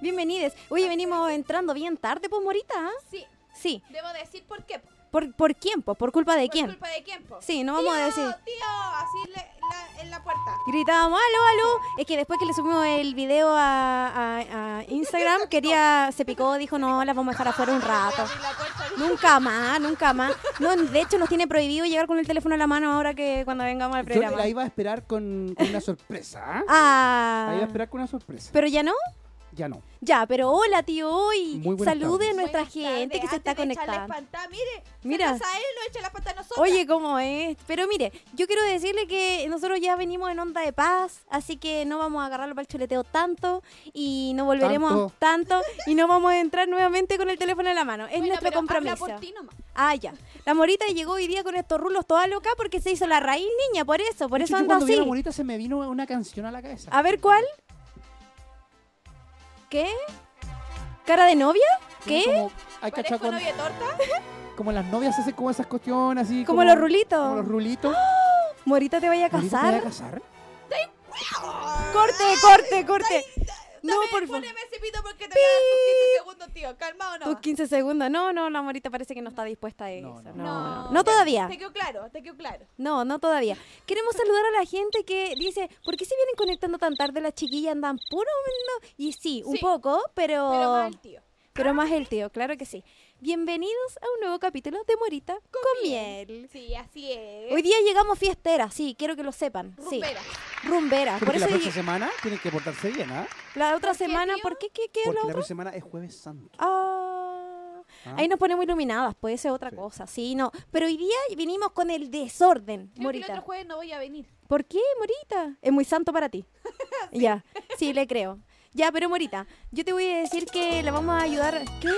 Bienvenidos. Oye, venimos entrando bien tarde, pues, Morita. ¿eh? Sí, Sí. debo decir por qué. po. ¿Por, por quién? Pues? ¿Por culpa de por quién? culpa de quién, po. Sí, no vamos a Tío, decir. Tío, así le- la- en la puerta. Gritábamos, aló, aló. Es que después que le subimos el video a, a- a Instagram, quería, se picó, dijo, no, las vamos a dejar afuera un rato. Ah, Abrí la puerta. Nunca más, nunca más. No, de hecho, nos tiene prohibido llegar con el teléfono en la mano ahora que cuando vengamos al Yo programa. la iba a esperar con, con una sorpresa. ¿ah? La iba a Ah, esperar con una sorpresa. pero ya no. Ya no. Ya, pero hola, tío. Hoy Muy buenas salude a tardes. nuestra Buenas gente tardes, que se está antes de echarle conectando. espantada, Mire, Mira. mira. a él, lo echa la espanta a nosotros. Oye, ¿cómo es? Pero mire, yo quiero decirle que nosotros ya venimos en onda de paz, así que no vamos a agarrarlo para el chuleteo tanto y no volveremos tanto, y no vamos a entrar nuevamente con el teléfono en la mano. Es nuestro compromiso. por ti nomás. Ah, ya. La morita llegó hoy día con estos rulos toda loca porque se hizo la raíz, niña, por eso, por Es que eso yo anda cuando vi así. a la bonita se me vino una canción a la cabeza. A ver, ¿cuál? ¿Qué? ¿Cara de novia? Tiene ¿Qué? Como, hay cachado ¿Parezco con- novia torta? como las novias hacen como esas cuestiones así. Como los rulitos. Como los rulitos. Morita te vaya a ¿Morita te casar. vas a casar? Corte, corte, corte. No, No, por por favor. Poneme ese pito porque te voy a dar tus 15 segundos, tío. Calmado no. Tus 15 segundos. No, no, la morita parece que no está dispuesta a eso. No, No, no. no, no. ya, todavía. Te quedó claro, te quedó claro. No, no todavía. Queremos saludar a la gente que dice, ¿por qué se vienen conectando tan tarde las chiquillas? Andan puro... no?". Y sí, un Sí. poco, pero... Pero mal, tío. pero más el tío, claro que sí. Bienvenidos a un nuevo capítulo de Morita con, miel. Sí, así es. Hoy día llegamos fiesteras, sí, quiero que lo sepan. Rumbera. Sí, rumberas. Porque Ah, Por eso la la, próxima semana tienen que portarse bien, ¿ah? la otra ¿Por qué, semana, tío? ¿por qué? ¿Qué, qué es Porque la la otra? próxima semana es Jueves Santo. Ah. ¿ah? Ahí nos ponemos iluminadas, puede ser otra Sí. cosa, sí, no. Pero hoy día vinimos con el desorden, Creo que el Morita. otro jueves no voy a venir. ¿Por qué, Morita? Es muy santo para ti. Ya, sí, le creo. Ya, pero Morita, yo te voy a decir que la vamos a ayudar. ¿Qué?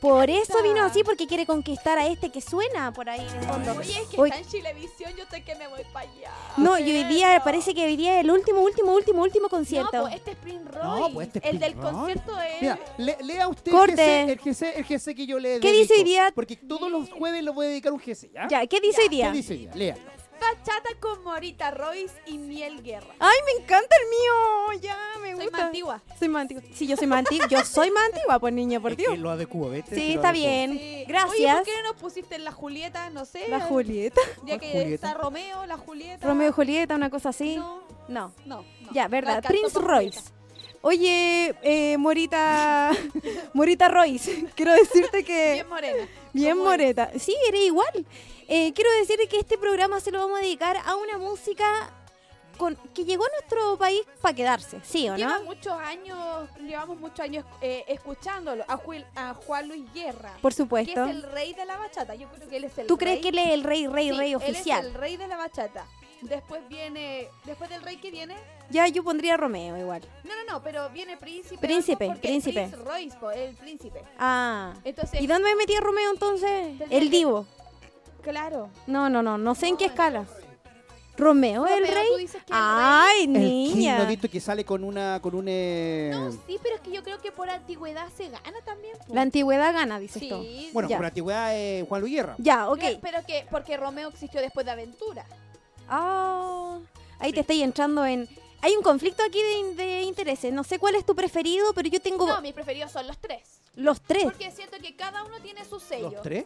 Por eso vino así, porque quiere conquistar a este que suena por ahí de fondo. Oye, es que Hoy- está en Chilevisión, yo sé que me voy para allá. no, y hoy día parece que hoy día es el último, último, último, último concierto. No, pues este es Prince Royce. No, pues, este es el Prince del Royce. concierto de... Mira, le- lea usted Corte. El, GC, el GC, el GC que yo le ¿Qué dedico, dice hoy día? Porque todos los jueves lo voy a dedicar un GC, ¿ya? ya, ¿qué dice Ya, hoy ¿Qué día? dice hoy día? Lea. Bachata con Morita Royce y Miel Guerra. Ay, me encanta el mío. Ya, me Soy gusta. más antigua. Soy más antigua. Sí, yo soy más antigua. Yo soy más antigua, pues niña, por Es Dios. que lo adecuo, ¿viste? Sí, Lo está adecuo. bien. Sí. Oye, Gracias. ¿por qué no nos pusiste en la Julieta? No sé. La Julieta. Ya ¿Cuál que Julieta? está Romeo, la Julieta. Romeo y Julieta, una cosa así. No. No, no. no. Ya, La verdad. cantó Prince con Royce. Julieta. Oye, eh, Morita. Morita Royce. Quiero decirte que. Bien morena. Bien, Como él. Moreta. Sí, eres igual. Eh, quiero decirte que este programa se lo vamos a dedicar a una música con, que llegó a nuestro país para quedarse. ¿Sí o Lleva no? muchos años, llevamos muchos años eh, escuchándolo a, Juil- a Juan Luis Guerra. Por que supuesto. es el rey de la bachata. Yo creo que él es el ¿Tú crees rey. que él es el rey, rey, Sí, rey él oficial? es el rey de la bachata. Después viene. Después del rey que viene. Ya yo pondría Romeo igual. No, no, no, pero viene príncipe. Príncipe, algo, porque príncipe. Prince Royce, po, el príncipe. Ah. Entonces, ¿Y dónde me metía Romeo entonces? Tendría El que- divo. claro. No, no, no, no sé en qué No, escala. ¿Romeo el Romeo, rey? tú dices que el Ay, El niña. quinodito que sale con una... Con un, eh, No, sí, pero es que yo creo que por antigüedad se gana también. po. La antigüedad gana, dices Sí. tú. Bueno, Ya. por antigüedad eh, Juan Luis Guerra. Ya, ok. Claro, Pero que porque Romeo existió después de Aventura. Ah, ahí te estoy entrando en... Hay un conflicto aquí de, de intereses. No sé cuál es tu preferido, pero yo tengo No, mis preferidos son los tres. los tres. Porque siento que cada uno tiene su sello. ¿Los tres?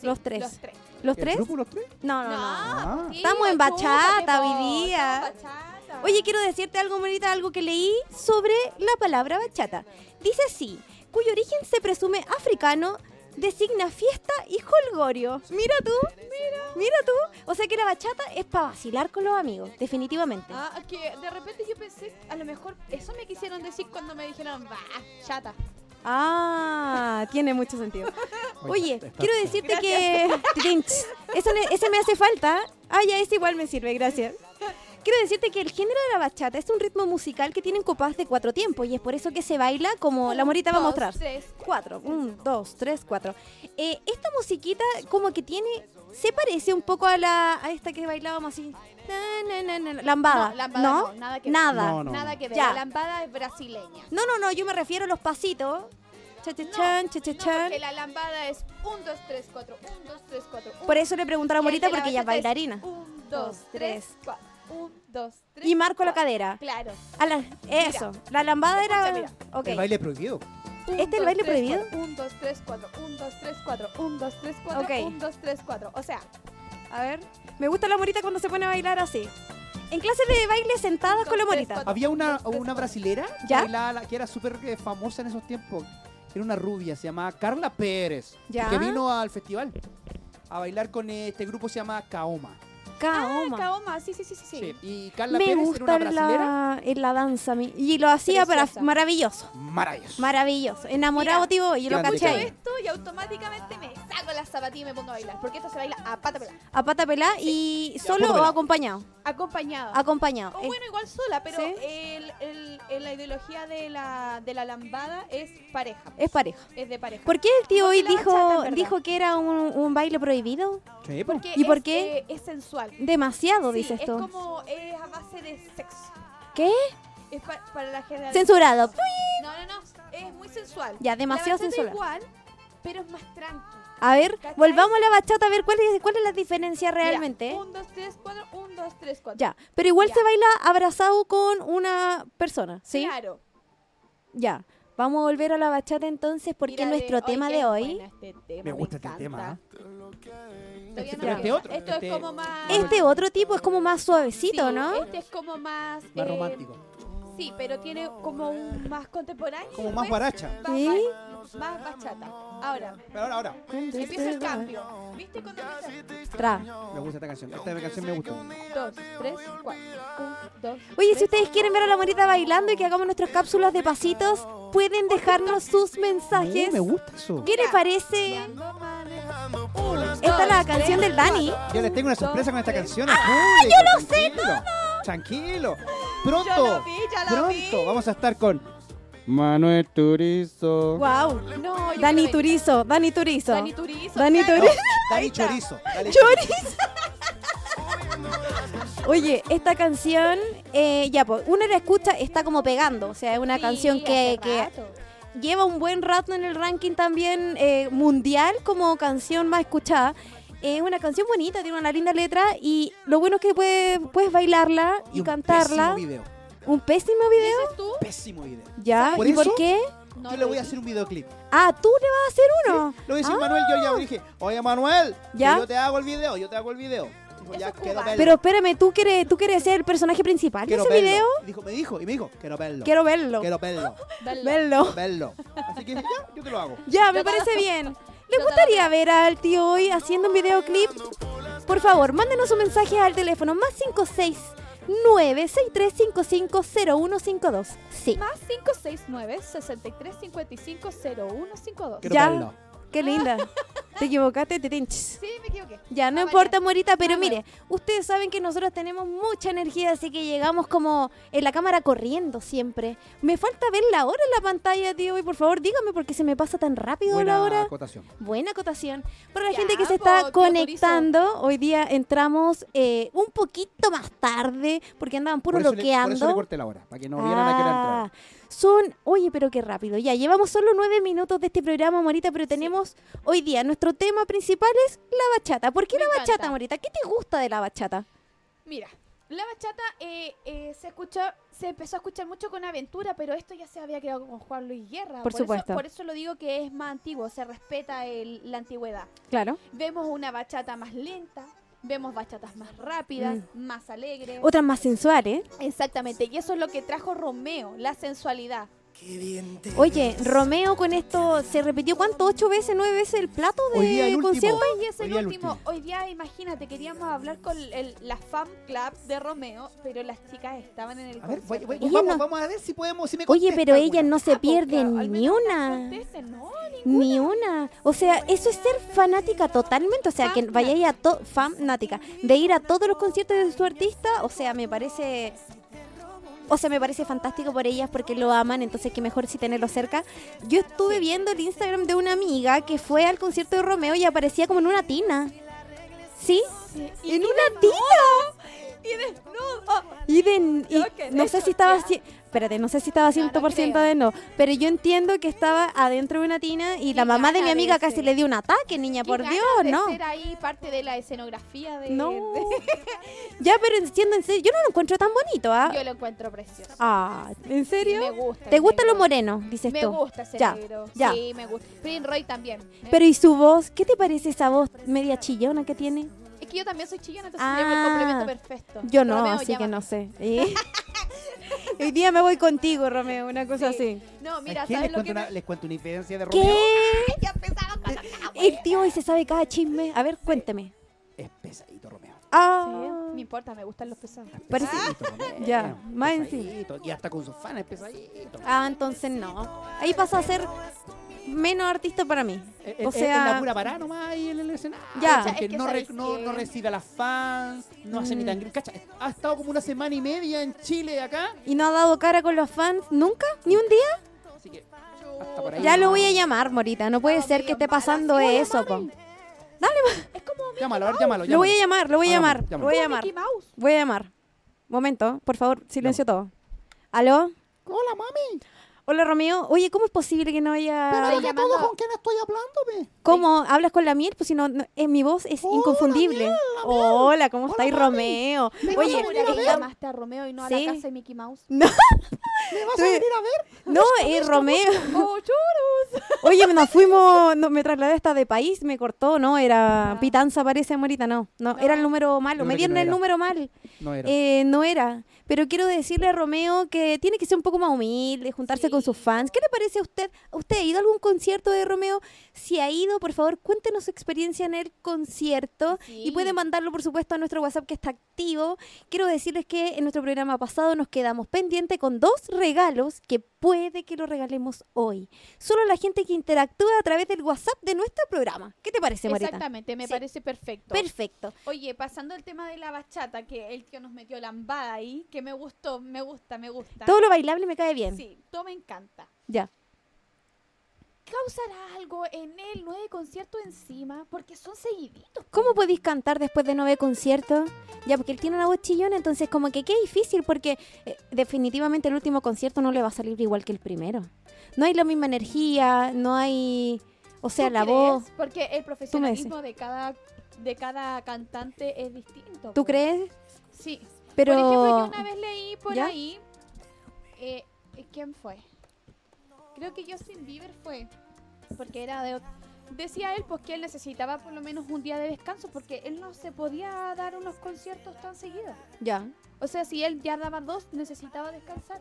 Sí, Los tres. Los tres. ¿Los ¿El tres? grupo los tres? No, no, no. No, no. pues, tío, Estamos en bachata chúpate, hoy po, día. estamos en bachata. Oye, quiero decirte algo, Morita, algo que leí sobre la palabra bachata. Dice así, cuyo origen se presume africano, designa fiesta y holgorio. Mira tú, mira, mira tú. O sea que la bachata es para vacilar con los amigos, definitivamente. Ah, que de repente yo pensé, a lo mejor eso me quisieron decir cuando me dijeron, bachata. Ah, tiene mucho sentido. Oye, está- quiero decirte que... Trinch. Eso, le- ese me hace falta. Ah, ya, ese igual me sirve, gracias. Quiero decirte que el género de la bachata es un ritmo musical que tienen copas de cuatro tiempos y es por eso que se baila como la morita va a Dos, mostrar. tres. Cuatro, un, dos, tres, cuatro. Eh, esta musiquita como que tiene, se parece un poco a la a esta que bailábamos así. Na, na, na, na, na, lambada. No, lambada no, nada que ver. Nada. No, no. Nada que ver, Ya. la lambada es brasileña. No, no, no, yo me refiero a los pasitos. Cha, cha, chan, cha, cha, No, chan. porque la lambada es 1, 2, 3, 4, 1, 2, 3, 4. Por eso le pregunto a la morita porque ella es bailarina. 1, 2, 3, 4. Un, dos, tres. Y marco la cuatro. cadera. Claro. A la- eso. La lambada era. Escucha, Ok. El baile prohibido. ¿Este Un, es el dos, baile tres, prohibido? cuatro. Un, dos, tres, cuatro. Un, dos, tres, cuatro. Un, dos, tres, cuatro. Ok. Un, dos, tres, cuatro. O sea, A ver. Me gusta la morita cuando se pone a bailar así. En clase de baile sentadas con la morita. Había una, una brasilera que ¿Ya? bailaba la- que era súper eh, famosa en esos tiempos. Era una rubia, se llamaba Carla Pérez. ¿Ya? Que vino al festival a bailar con eh, este grupo, se llama Kaoma. Kaoma. ah, Kaoma, sí, sí, sí, sí. sí. Y oh. oh, Carla Me Pérez era gusta una brasilera la, en la danza. mi- Y lo hacía para- Preciosa. maravilloso. maravillosa. Maravilloso. Enamorado, Mira, tío. Y lo grande caché Escucho Cachai. ahí. esto y automáticamente me saco las zapatillas y me pongo a bailar. Porque esto se baila a pata pelada. A pata pelá y solo pata o pelá. acompañado. Acompañado. Acompañado. o Eh, Oh, bueno, igual sola, pero ¿Sí? el, el- el- la ideología de la, de la lambada es pareja. es pareja. Es de pareja. ¿Por qué el tío No, hoy la bachata, en dijo, verdad. dijo que era un, un baile prohibido? Sí, po. Porque ¿Y por es, qué? eh, es sensual. Demasiado, Sí, dices es tú. como es a base de sexo. ¿Qué? Es pa- para la general. Censurado. No, no, no. Es muy sensual. Ya, demasiado La bachata sensual. igual, pero es más tranqui. A ver, ¿Cachai? volvamos a la bachata a ver cuál es, cuál es la diferencia realmente. Mira, un, dos, tres, cuatro. Un, dos, tres, cuatro. ya, pero igual Ya. se baila abrazado con una persona, ¿sí? Claro. Ya. Vamos a volver a la bachata entonces porque Mira, nuestro de tema hoy de es hoy, bueno este tema, Me gusta este encanta. tema. ¿eh? Todavía no Pero este empieza. otro, Esto este- es como más. este otro tipo es como más Sí, suavecito, ¿no? Este es como más. Más eh, romántico. Sí, pero tiene como un más contemporáneo. Como Pues, más barata guaracha. Más, ¿Sí? ba- más bachata. Ahora, Pero ahora, ahora. empieza el cambio. ¿Viste cuando empieza? Tra. Me gusta esta canción. Esta canción me gusta. Dos, tres, cuatro. Un, dos. Oye, si ustedes quieren ver a la morita bailando y que hagamos nuestras cápsulas de pasitos, pueden dejarnos sus mensajes. No, me gusta eso. ¿Qué les parece? Esta es la canción del Dani. Yo les tengo una sorpresa con esta canción. ¡Ah, yo lo sé todo! Tranquilo. Pronto. Ya lo vi, ya lo pronto vi. vamos a estar con Manuel Turizo. Wow. No, yo Dani creo que- Turizo, Dani Turizo. Dani Turizo. Dani claro. Turizo. Dani Chorizo. Dani Oye, esta canción, eh, ya, pues, uno la escucha, está como pegando. O sea, es una Sí, canción que, hace que rato. lleva un buen rato en el ranking también eh, mundial como canción más escuchada. Es una canción bonita, tiene una linda letra y lo bueno es que puede- puedes bailarla y, un cantarla. Pésimo video. ¿Un pésimo video? ¿Dices tú? Pésimo video. ¿Ya? ¿Por ¿Y por eso? qué? No yo le lo voy a vi. hacer un videoclip. Ah, tú le vas a hacer uno. Lo voy a decir Ah. Manuel, yo ya dije, oye Manuel, que ¿Ya? yo te hago el video, yo te hago el video. Dijo, Eso ya es quiero Cuba. verlo. Pero espérame, ¿tú quieres, tú quieres ser el personaje principal de quiero ese verlo. video? Y Dijo, me dijo, y me dijo, quiero verlo. Quiero verlo. Quiero verlo. Dale. Verlo. verlo. Así que dije, ya, yo te lo hago. Ya, me Yo te parece lo- bien. te ¿Les lo- gustaría ver al tío hoy haciendo un videoclip? Por favor, mándenos un mensaje al teléfono más 569-6355-0152. Sí. Más 569 63 55 0152. Quiero Ya. verlo. Qué linda. Te equivocaste, te tinches. Sí, me equivoqué. Ya, no Ah, importa, Morita, pero Ah, mire, ustedes saben que nosotros tenemos mucha energía, así que llegamos como en la cámara corriendo siempre. Me falta ver la hora en la pantalla, tío, y por favor dígame por qué se me pasa tan rápido la hora. Buena acotación. Buena acotación. Para la Ya, gente que se po, está te conectando, hoy día entramos eh, un poquito más tarde porque andaban puro por eso le- por eso le bloqueando. corté la hora, para que no vieran a qué hora Ah, entrar. son, oye, pero qué rápido. Ya llevamos solo nueve minutos de este programa, Morita, pero tenemos hoy día nuestro tema principal es la bachata. ¿Por qué Me la bachata, encanta. Morita? ¿Qué te gusta de la bachata? Mira, la bachata eh, eh, se escuchó, se empezó a escuchar mucho con Aventura, pero esto ya se había creado con Juan Luis Guerra. Por supuesto. Eso, por eso lo digo que es más antiguo, se respeta el- la antigüedad. Claro. Vemos una bachata más lenta, vemos bachatas más rápidas, Mm. más alegres. Otras más sensuales. Exactamente, y eso es lo que trajo Romeo, la sensualidad. Oye, Romeo con esto se repitió cuánto, ocho veces, nueve veces el plato Hoy día de el último. concierto. Y es Hoy el día el último. último. Hoy día, imagínate, queríamos hablar con el- la fan club de Romeo, pero las chicas estaban en el A ver, voy- concierto. voy- Ella vamos, no- vamos a ver si podemos, si me Oye, contesta pero ella alguna. no se Ah, pues, pierde claro, al ni menos que una. contesten, ¿no? Ni una. O sea, eso es ser fanática totalmente. O sea, que vayáis a to fanática. De ir a todos los conciertos de su artista. O sea, me parece. O sea, me parece fantástico por ellas porque lo aman, entonces qué mejor si tenerlo cerca. Yo estuve viendo el Instagram de una amiga que fue al concierto de Romeo y aparecía como en una tina. ¿Sí? Sí, y ¡En tiene una no- tina! Y desnudo. Y, de- y Lo que no es sé eso, si estaba... ya. ci- Espérate, no sé si estaba No, no 100% creo. de no, pero yo entiendo que estaba adentro de una tina y la Qué mamá de gana mi de amiga ser. casi le dio un ataque, niña, Qué por ganas Dios, de no. ser ahí parte de la escenografía de. No. de- Ya, pero entiendo, en serio, yo no lo encuentro tan bonito, ¿ah? yo lo encuentro precioso. Ah, ¿en serio? Me gusta. ¿Te el gustan los negro. morenos? Dices Me tú. gusta ese Ya, negro. ya. Sí, me gusta. Prin Roy también. Me- Pero ¿y su voz? ¿Qué te parece esa voz media chillona que tiene? Eh, es que yo también soy chillona, entonces Ah. tenemos el complemento perfecto. Yo no, Romeo, así que llama. no sé. ¿Eh? Hoy día me voy contigo, Romeo, una cosa Sí. así. No, mira, ¿Sabes qué? ¿sabes les, lo cuento que una, me- les cuento una infidencia de Romeo. ¿Qué? Ya empezamos con la cagua. El tío hoy se sabe cada chisme. A ver, cuénteme. Es pesadito Romeo. Ah, No importa, me gustan los pesados. parece- Pesadito, Romeo. Ya, más encima. Pesadito. Y hasta con sus fans es pesadito. ah, entonces no. Ahí pasa a ser menos artista para mí. Eh, eh, O eh, en la sea, pura parada nomás ahí en el escenario. Ya. Cacha, que Es que no, re- ¿sabéis no, qué? no recibe a las fans, no hace ni Mm. tan gr- Cacha, ha estado como una semana y media en Chile acá. ¿y no ha dado cara con los fans nunca? ¿Ni un día? Así que hasta por ahí. Ya lo voy a llamar, Morita. No puede ser que esté pasando eso, po. Llámalo, a ver, llámalo. Lo voy a llámalo. llamar, lo voy a Hagamos, llamar. Lo llámalo. voy a llamar. Mickey Mouse. Voy a llamar. Momento, por favor, silencio todo. ¿Aló? Hola, mami. Hola, Romeo. Oye, ¿cómo es posible que no haya...? Estoy llamando- quién estoy hablando, ¿Cómo hablas con la miel? Pues si no, no- eh, mi voz es Hola, inconfundible. Miel, la Miel. Hola, ¿cómo Hola, estáis, mami. Romeo? Me Oye, eh, jura que está- llamaste a Romeo y no a Sí. la casa de Mickey Mouse. ¿Me vas a Estoy- venir a ver? no, eh, Romeo. ¡Oh, churros! Oye, nos fuimos, no, me trasladé hasta de país, me cortó, ¿no? Era Ah. Pitanza, parece, Morita, no. No, era el número malo, Yo me creo que dieron no el era. número mal. No era. Eh, no era. Pero quiero decirle a Romeo que tiene que ser un poco más humilde, juntarse Sí. con sus fans. ¿Qué le parece a usted? ¿Usted ha ido a algún concierto de Romeo? Si ha ido, por favor, cuéntenos su experiencia en el concierto. Y Sí. puede mandarlo, por supuesto, a nuestro WhatsApp que está activo. Quiero decirles que en nuestro programa pasado nos quedamos pendiente con dos regalos que puede que lo regalemos hoy. Solo la gente que interactúa a través del WhatsApp de nuestro programa. ¿Qué te parece, Marita? Exactamente, me Sí. parece perfecto. Perfecto. Oye, pasando al tema de la bachata, que el tío nos metió lambada ahí, que me gustó, me gusta, me gusta. Todo lo bailable me cae bien. Sí, todo me encanta. Ya. ¿Causará algo en el nueve concierto encima? Porque son seguiditos. ¿Cómo podéis cantar después de nueve conciertos? Ya, porque él tiene una voz chillona, entonces como que qué difícil, porque eh, definitivamente el último concierto no le va a salir igual que el primero. No hay la misma energía, no hay... O sea, ¿Tú la crees? voz... Porque el profesionalismo de cada, de cada cantante es distinto. ¿Tú pues. crees? Sí. Pero... Por ejemplo, yo una vez leí por ¿Ya? ahí. eh, ¿Quién fue? Creo que Justin Bieber fue. Porque era de. ot- Decía él pues, que él necesitaba por lo menos un día de descanso porque él no se podía dar unos conciertos tan seguidos. Ya. O sea, si él ya daba dos, necesitaba descansar.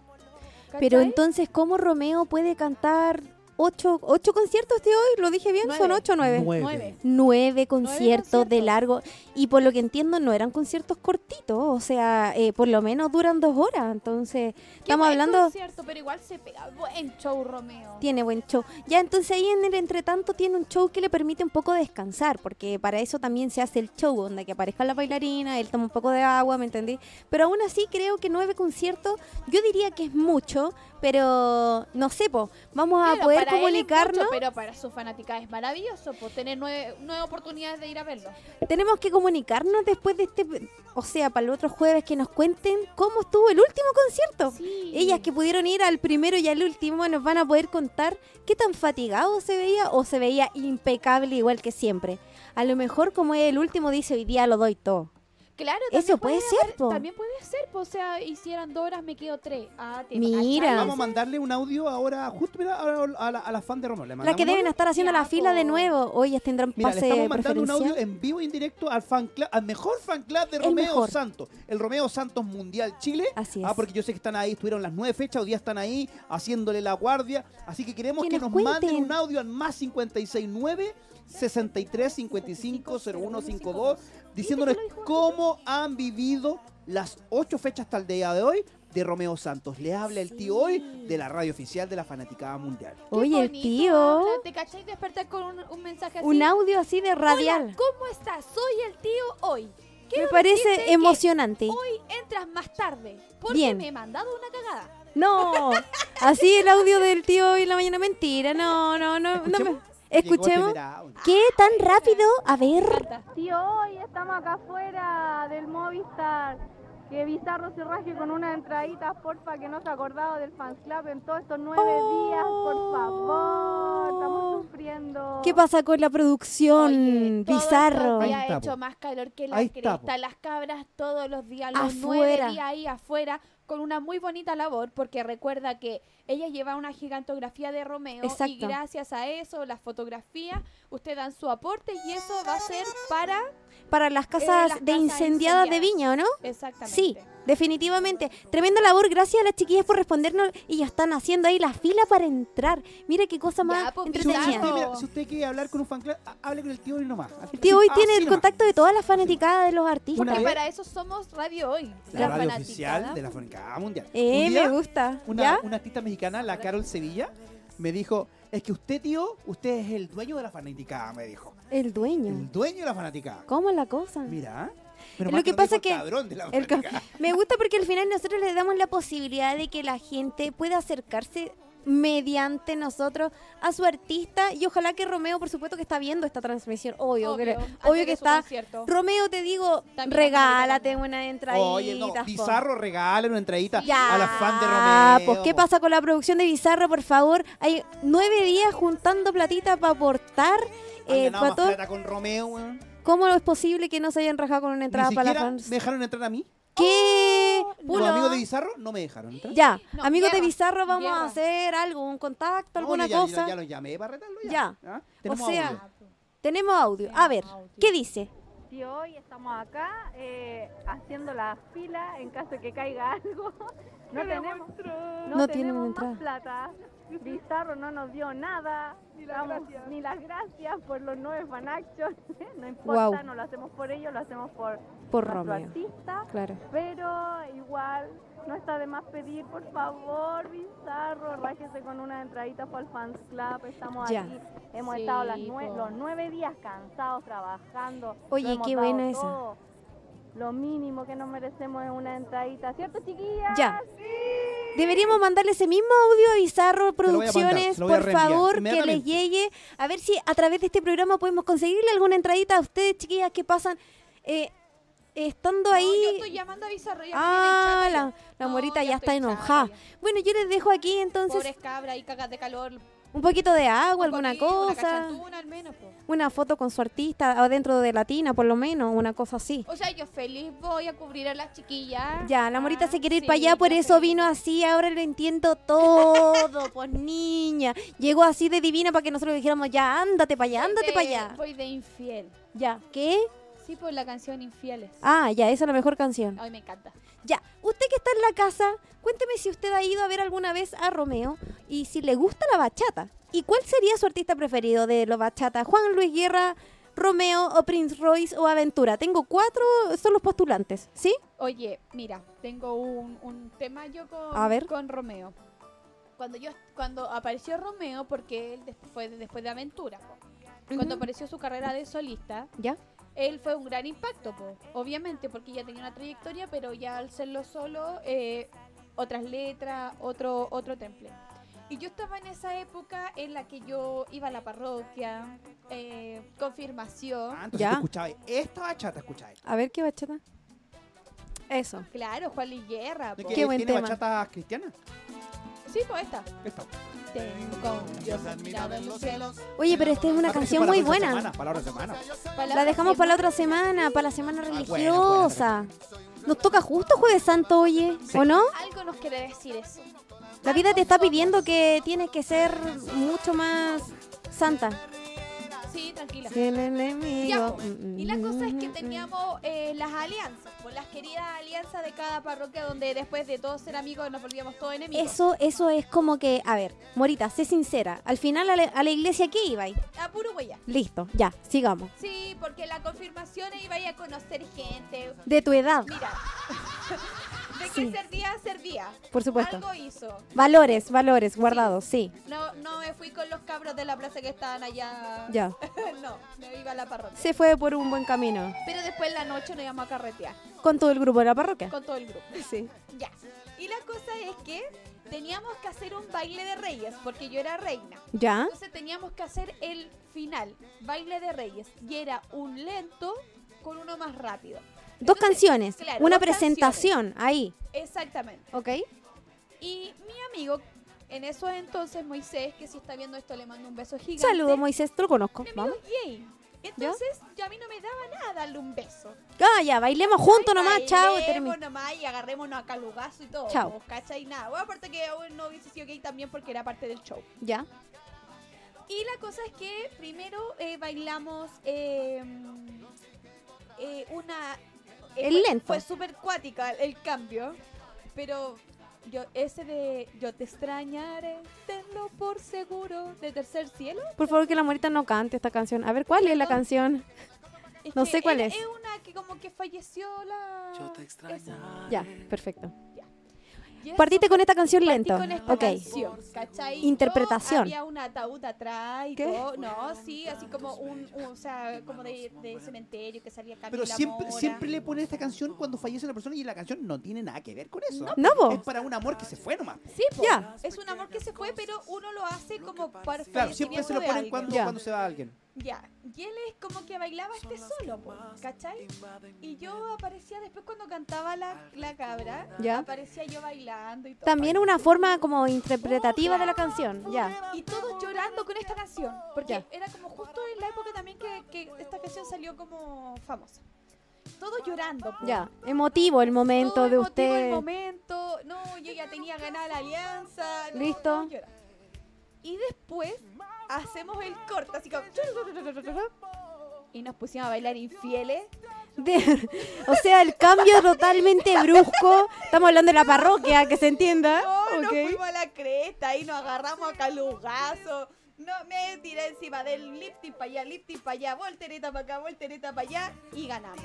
Pero ¿Cachai? entonces, ¿cómo Romeo puede cantar ocho, ocho conciertos de hoy? ¿Lo dije bien? ¿Son Nueve. ocho o nueve? Nueve. nueve conciertos de conciertos. largo y por lo que entiendo no eran conciertos cortitos, o sea, eh, por lo menos duran dos horas, entonces Qué estamos buen hablando, concierto, pero igual se pega buen show, Romeo. tiene buen show. Ya entonces ahí en el entretanto tiene un show que le permite un poco descansar, porque para eso también se hace el show, donde que aparezca la bailarina, él toma un poco de agua, ¿me entendí? Pero aún así creo que nueve conciertos, yo diría que es mucho, pero no sé, po, vamos a Claro, poder para él es comunicarnos. mucho, pero para su fanática es maravilloso por tener nueve, nueve oportunidades de ir a verlo. Tenemos que comunicarnos después de este, o sea, para el otro jueves que nos cuenten cómo estuvo el último concierto. Sí. Ellas que pudieron ir al primero y al último nos van a poder contar qué tan fatigado se veía o se veía impecable igual que siempre. A lo mejor como es el último dice hoy día lo doy todo. Claro, Eso también puede ser, haber- po. También puede ser, po. O sea, hicieran dos horas, me quedo tres. Ah, te- Mira. ¿cachai? Vamos a mandarle un audio ahora, justo mira, a, a la, a la fan de Romeo. Le La que mandamos un deben audio. estar haciendo la Ya, fila de po. nuevo, hoy ellas tendrán Mira, le pase estamos mandando un audio preferencial. en vivo y en directo al fan club, al mejor fan club de El Romeo mejor. Santos, el Romeo Santos Mundial Chile. Así es. Ah, porque yo sé que están ahí, estuvieron las nueve fechas, hoy día están ahí haciéndole la guardia. Así que queremos Que que, nos nos, manden cuenten. un audio al más 569 63 55 0152 diciéndoles cómo han vivido las ocho fechas hasta el día de hoy de Romeo Santos. Le habla el tío hoy de la radio oficial de la Fanaticada Mundial. Qué Oye, el bonito, tío, habla. ¿Te cachai despertar con un, un mensaje así? un audio así de Hola, radial. ¿Cómo estás? Soy el tío hoy. Me Quiero decirte parece que emocionante. Hoy entras más tarde porque Bien. me he mandado una cagada. No, así el audio del tío hoy en la mañana mentira. No, no, no, no me- Llegó el Escuchemos. primer audio. ¿Qué tan rápido? A ver. Canta. Tío, hoy estamos acá afuera del Movistar. Que Bizarro se raje con unas entraditas, porfa, que no se ha acordado del fans club en todos estos nueve Oh. días, por favor. Estamos sufriendo. ¿Qué pasa con la producción? Oye, todos Bizarro. los Ahí días está, ha po. hecho más calor que la Ahí está, cresta. po. Las cabras todos los días, los Afuera. nueve días ahí afuera, con una muy bonita labor, porque recuerda que ella lleva una gigantografía de Romeo y Exacto. gracias a eso, las fotografías, usted dan su aporte y eso va a ser para... Para las de casas las de casas incendiadas de incendiadas. Viña, ¿o no? Exactamente. Sí, definitivamente. Tremenda labor. Gracias a las chiquillas por respondernos. Y ya están haciendo ahí la fila para entrar. Mira qué cosa Ya, más pues, Si usted, entretenida. Bizarro. mira, si usted quiere hablar con un fan club, ha- hable con el tío hoy nomás. El tío hoy Así tiene el nomás. contacto de todas las fanaticadas de los artistas. Una Porque vez- para eso somos Radio Hoy. La, radio fanaticada. oficial de la Fanaticada Mundial. Eh, Un día, me gusta. una, ¿Ya? una artista mexicana, la Carol Sevilla, me dijo, es que usted, tío, usted es el dueño de la fanaticada, me dijo. El dueño. El dueño de la fanaticada. ¿Cómo la cosa? Mira. ¿eh? Lo que pasa es que El ca- que... me gusta porque al final nosotros les damos la posibilidad de que la gente pueda acercarse mediante nosotros a su artista y ojalá que Romeo, por supuesto, que está viendo esta transmisión, obvio, que, Obvio, antes obvio de que su está. concierto. Romeo, te digo, También regálate una entradita. Oye, no, po. Bizarro regala una entradita Ya, a la fan de Romeo. pues, ¿qué po. pasa con la producción de Bizarro, por favor? Hay nueve días juntando platita para aportar. Han Eh, ganado para más todo. plata con Romeo, weón. ¿Cómo es posible que no se hayan rajado con una Ni entrada para la siquiera me fans? dejaron entrar a mí. ¿Qué? Los Pulo. amigos de Bizarro no me dejaron entrar. Ya, No, amigos de guerra, Bizarro, vamos a guerra. hacer algo, un contacto, No, alguna yo ya, cosa. Yo ya los llamé para retarlo ya. Ya. ¿Ah? Tenemos o sea, audio. tenemos audio. A ver, ¿qué dice? Y hoy estamos acá eh, haciendo la fila en caso que caiga algo. No tenemos, no No tienen tenemos entrada. más plata. Bizarro no nos dio nada. Ni las, gracias. ni las gracias por los nueve fan action. No importa, Guau. no lo hacemos por ellos, lo hacemos por Por nuestro Romeo. artista. Claro. Pero igual no está de más pedir, por favor, Bizarro, rájese con una entradita para el fans club. Estamos Ya. aquí, hemos Sí, estado las nue- po. los nueve días cansados trabajando. Oye, lo hemos qué dado buena esa. todo. Lo mínimo que nos merecemos es una entradita, ¿cierto, chiquillas? Ya. Deberíamos mandarle ese mismo audio a Bizarro lo voy a mandar, Producciones, se lo voy a por reenviar favor, que les inmediatamente. llegue. A ver si a través de este programa podemos conseguirle alguna entradita a ustedes, chiquillas, que pasan eh, estando No, ahí. yo estoy llamando a Bizarro. ya estoy ah, en la, chata ya. la No, morita ya, está estoy chata enojada. ya. Bueno, yo les dejo aquí entonces Pobres cabras ahí cagas de calor. un poquito de agua, Un alguna poquito, una cosa. cachantuna al menos, po. una foto con su artista adentro de la tina, por lo menos, una cosa así. O sea, yo feliz voy a cubrir a las chiquillas. Ya, la morita Ah, se quiere ir sí, para allá, por yo eso feliz. vino así, ahora lo entiendo todo, pues niña. Llegó así de divina para que nosotros le dijéramos, ya, ándate para allá, ándate De- para allá. Voy de infiel. Ya, ¿qué? Sí, por la canción Infieles. Ah, ya, esa es la mejor canción. Ay, me encanta. Ya, usted que está en la casa, cuénteme si usted ha ido a ver alguna vez a Romeo y si le gusta la bachata. ¿Y cuál sería su artista preferido de los bachata? ¿Juan Luis Guerra, Romeo o Prince Royce o Aventura? Tengo cuatro, son los postulantes, ¿sí? Oye, mira, tengo un, un tema yo con, A ver. con Romeo. Cuando yo cuando apareció Romeo, porque él des- fue después de Aventura, po. cuando Ujú. apareció su carrera de solista, ¿Ya? él fue un gran impacto, po. obviamente, porque ya tenía una trayectoria, pero ya al serlo solo, eh, otras letras, otro, otro temple. Y yo estaba en esa época en la que yo iba a la parroquia, eh, confirmación. Ah, entonces Ya. tú escuchabas esta bachata, escuchabas. A ver qué bachata. Eso. Claro, Juan Luis Guerra. ¿No po. es que Qué buen ¿Tiene tema. bachatas cristianas? Sí, pues esta. Esta. Tengo un Dios admirado en los cielos. Oye, pero esta es una Ah, pero canción para muy la otra buena. semana, para la otra semana. La dejamos para la otra semana, para la semana Ah, buena, religiosa. Nos toca justo Jueves Santo, oye, ¿o no? Algo nos quiere decir eso. La vida te está pidiendo que tienes que ser mucho más santa. Sí, tranquila. Que el Ya, enemigo. Mm, po. Y la cosa es que teníamos eh, las alianzas, pues, las queridas alianzas de cada parroquia donde después de todos ser amigos nos volvíamos todos enemigos. Eso, eso es como que, a ver, Morita, sé sincera. Al final a la, a la iglesia que iba A puro huella. Listo, ya, sigamos. Sí, porque la confirmación iba a ir a conocer gente. De tu edad, Mira. De que Sí. servía, servía. por supuesto. Algo hizo. Valores, valores, guardados, sí. No, no me fui con los cabros de la plaza que estaban allá. Ya. no, me iba a la parroquia. Se fue por un buen camino. Pero después en la noche nos íbamos a carretear Con todo el grupo de la parroquia. con todo el grupo. Sí. Ya. Y la cosa es que teníamos que hacer un baile de reyes, porque yo era reina. ¿Ya? Entonces teníamos que hacer el final, baile de reyes. Y era un lento con uno más rápido. Dos Entonces, canciones, claro, una dos presentación, ahí, Exactamente. ¿ok? Y mi amigo, en eso entonces, Moisés, que si está viendo esto, le mando un beso gigante. Saludos, Moisés, te lo conozco. Mi amigo Vamos. es gay. Entonces, yo a mí no me daba nada darle un beso. Ah, ya, bailemos juntos Ay, nomás, chao. y bailemos termi- nomás y agarrémonos a calugazo y todo. Chao. Chao. ¿Cachai? Nada. Bueno, aparte que aún no hubiese sido gay también porque era parte del show. Ya. Y la cosa es que primero eh, bailamos eh, eh, una... eh, El fue- lento. Fue súper cuática el cambio, pero yo ese de yo te extrañaré, tenlo por seguro, de Tercer Cielo. Por favor, que la morita no cante esta canción. A ver, ¿cuál es la Perdón. canción? Es No que sé cuál era- es. Es una que como que falleció la... Yo esa. te extrañaré. Ya, perfecto. Y eso Partiste con esta canción Partí lento. con esta Ok. canción, ¿cachai? Yo Interpretación. había un ataúd atrás y ¿Qué? todo. No, sí, así como un, un- o sea, como de, de cementerio que salía Camila Pero siempre, Mora. siempre le ponen esta canción cuando fallece una persona y la canción no tiene nada que ver con eso. No, po. Es para un amor que se fue nomás. Sí, po. Ya. Es un amor que se fue, pero uno lo hace como para Claro, siempre se lo ponen cuando, Ya. cuando se va alguien. Ya. Y él es como que bailaba este solo, po, ¿cachai? Y yo aparecía después cuando cantaba la, la cabra. Ya. Aparecía yo bailando y todo. También una forma como interpretativa de la canción. Ya. Y todos llorando con esta canción. Porque Ya. era como justo en la época también que, que esta canción salió como famosa. Todos llorando. po. Ya. Emotivo el Todo momento de emotivo el usted. momento. No, yo ya tenía ganada la alianza. no, Listo. todos llorando. Y después hacemos el corte, así como. Y nos pusimos a bailar infieles. De- o sea, el cambio totalmente brusco. Estamos hablando de la parroquia, que se entienda. No, nos Ok. fuimos a la cresta y nos agarramos a calugazo. No, me tiré encima del lifting para allá, lifting para allá, voltereta para acá, voltereta para allá y ganamos.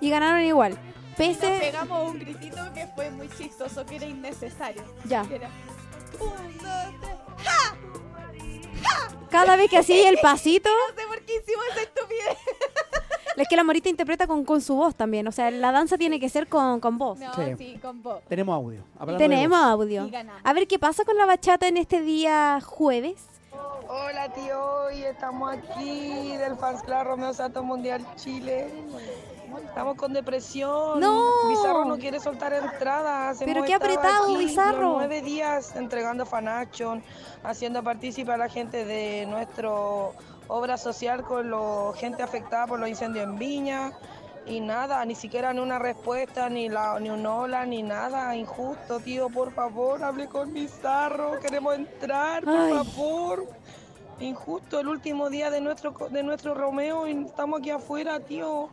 Y ganaron igual. Nos Pese. pegamos un gritito que fue muy chistoso, que era innecesario. Ya. Que era, un, dos, tres. Cada vez que hacía el pasito, No sé por qué hicimos esa estupidez. es que la morita interpreta con, con su voz también. O sea, la danza tiene que ser con, con voz. No, Sí. sí, con vos. Tenemos audio. Hablando de Tenemos voz. audio. Y ganamos. A ver qué pasa con la bachata en este día jueves. Hola tío, hoy estamos aquí del Fans Club Romeo Santos Mundial Chile. Estamos con depresión. No. Bizarro no quiere soltar entradas. Pero Hemos qué estado apretado, aquí Bizarro. los Nueve días entregando fanation, haciendo partícipe a la gente de nuestro obra social con la gente afectada por los incendios en Viña. Y nada, ni siquiera ni una respuesta, ni, la, ni un hola, ni nada. Injusto, tío, por favor, hable con Bizarro. Queremos entrar, por Ay. favor. Injusto, el último día de nuestro, co- de nuestro Romeo y estamos aquí afuera, tío.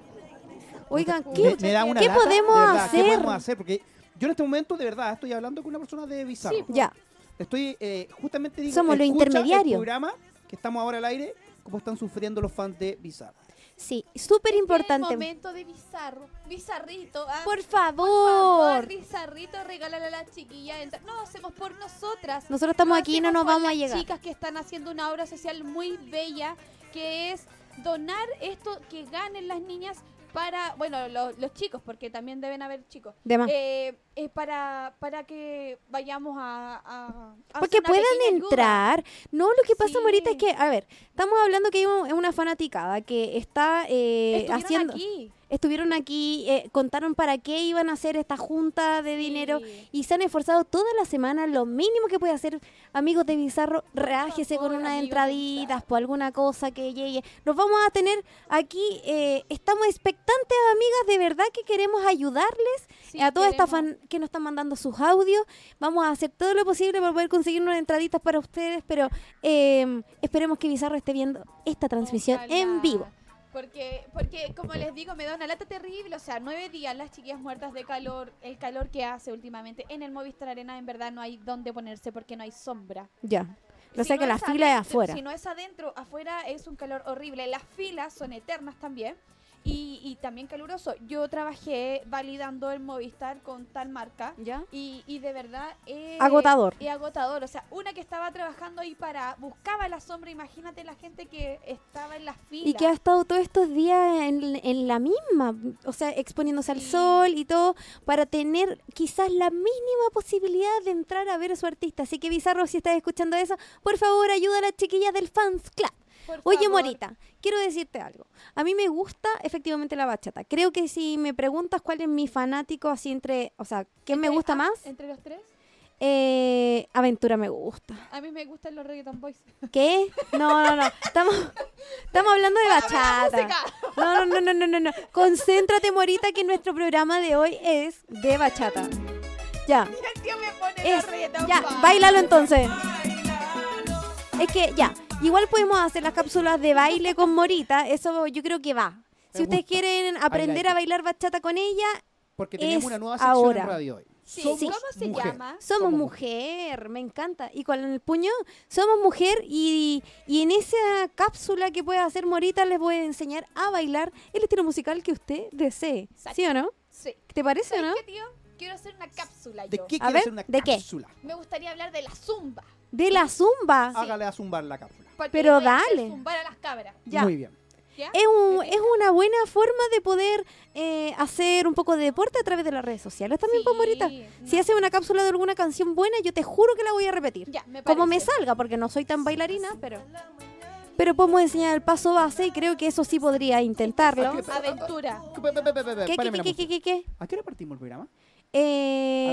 Oigan, ¿qué, Me, me da una qué lata, de podemos verdad, hacer? ¿Qué podemos hacer? Porque yo en este momento, de verdad, estoy hablando con una persona de Bizarro. Ya, Estoy eh, justamente digo, Somos los escucha intermediarios. El programa que estamos ahora al aire, cómo están sufriendo los fans de Bizarro. sí, súper El importante. momento de bizarro, bizarrito. ah, Por favor, favor. bizarrito, regálale a la chiquilla. entra- No, hacemos por nosotras. Nosotros estamos Lo aquí y no hacemos nos vamos con a las llegar. Chicas que están haciendo una obra social muy bella, que es donar esto que ganen las niñas para, bueno, lo- los chicos, porque también deben haber chicos, De más. eh, eh, para, para que vayamos a... a- a Porque hacer una puedan pequeña ayuda. entrar. No, lo que pasa, Sí. Morita, es que, a ver, estamos hablando que hay un- una fanaticada que está eh, Estuvieron haciendo. aquí. Estuvieron aquí, eh, contaron para qué iban a hacer esta junta de dinero Sí. y se han esforzado toda la semana. Lo mínimo que puede hacer, amigos de Bizarro, reájese favor, con unas amigos de entraditas Bizarro. por alguna cosa que llegue. Nos vamos a tener aquí, eh, estamos expectantes, amigas, de verdad que queremos ayudarles Sí, a todas estas queremos- fan que nos están mandando sus audios. Vamos a hacer todo lo posible para poder conseguir unas entraditas para ustedes, pero eh, esperemos que Bizarro esté viendo esta transmisión en Ojalá. vivo. Porque, porque, como les digo, me da una lata terrible. O sea, nueve días las chiquillas muertas de calor, el calor que hace últimamente en el Movistar Arena, en verdad no hay dónde ponerse porque no hay sombra. Ya. Lo Si sé no que la es fila es adentro- afuera. Si no es adentro, afuera es un calor horrible. Las filas son eternas también. Y, y también caluroso. Yo trabajé validando el Movistar con tal marca. ¿Ya? Y, y de verdad es Agotador. es agotador. O sea, una que estaba trabajando ahí para. Buscaba la sombra. Imagínate la gente que estaba en las filas. Y que ha estado todos estos días en, en la misma, o sea, exponiéndose al Sí. sol y todo, para tener quizás la mínima posibilidad de entrar a ver a su artista. Así que Bizarro, si estás escuchando eso, por favor ayuda a las chiquillas del Fans Club. Por Oye, favor. Morita, quiero decirte algo. A mí me gusta efectivamente la bachata. Creo que si me preguntas cuál es mi fanático, así entre, o sea, ¿quién me Entre- gusta ah, más? Entre los tres, Eh, Aventura me gusta. a mí me gustan los reggaeton boys. ¿Qué? No, no, no. Estamos, estamos hablando de bachata. música. No, no, no, no, no, no, no. Concéntrate, Morita, que nuestro programa de hoy es de bachata. Ya. El tío me pone Es- los reggaeton ya, boys. bailalo entonces. Es que ya, igual podemos hacer las cápsulas de baile con Morita, eso yo creo que va. Si Me ustedes gusta. quieren aprender like a bailar bachata con ella, Porque tenemos Es una nueva sección ahora. en radio hoy. Sí, Somos sí. ¿Cómo se mujer. llama? somos Somos mujer, me encanta. Y con el puño, somos mujer y, y en esa cápsula que puede hacer Morita les voy a enseñar a bailar el estilo musical que usted desee. ¿Sí o no? Sí. ¿Te parece o no? ¿Sabes qué, tío? Quiero hacer una cápsula ¿De yo. qué A quiere ver, hacer una ¿de qué? cápsula? Me gustaría hablar de la zumba. De la zumba. Hágale a zumbar la cápsula. porque Pero le voy a hacer dale. Zumbar a las cabras. Ya. Muy bien. ¿ya? Es, un- es una buena forma de poder eh, hacer un poco de deporte a través de las redes sociales también, pues, Sí, Morita. no. Si hace una cápsula de alguna canción buena, yo te juro que la voy a repetir. Ya, me Como me parece. salga, porque no soy tan bailarina, pero. Pero podemos enseñar el paso base y creo que eso sí podría intentarlo. ¿Qué? Aventura. Pe- pe- pe- pe- pe- pe- ¿Qué, qué, páreme qué, la qué, música. qué, qué, qué? ¿A qué hora partimos el programa? Eh,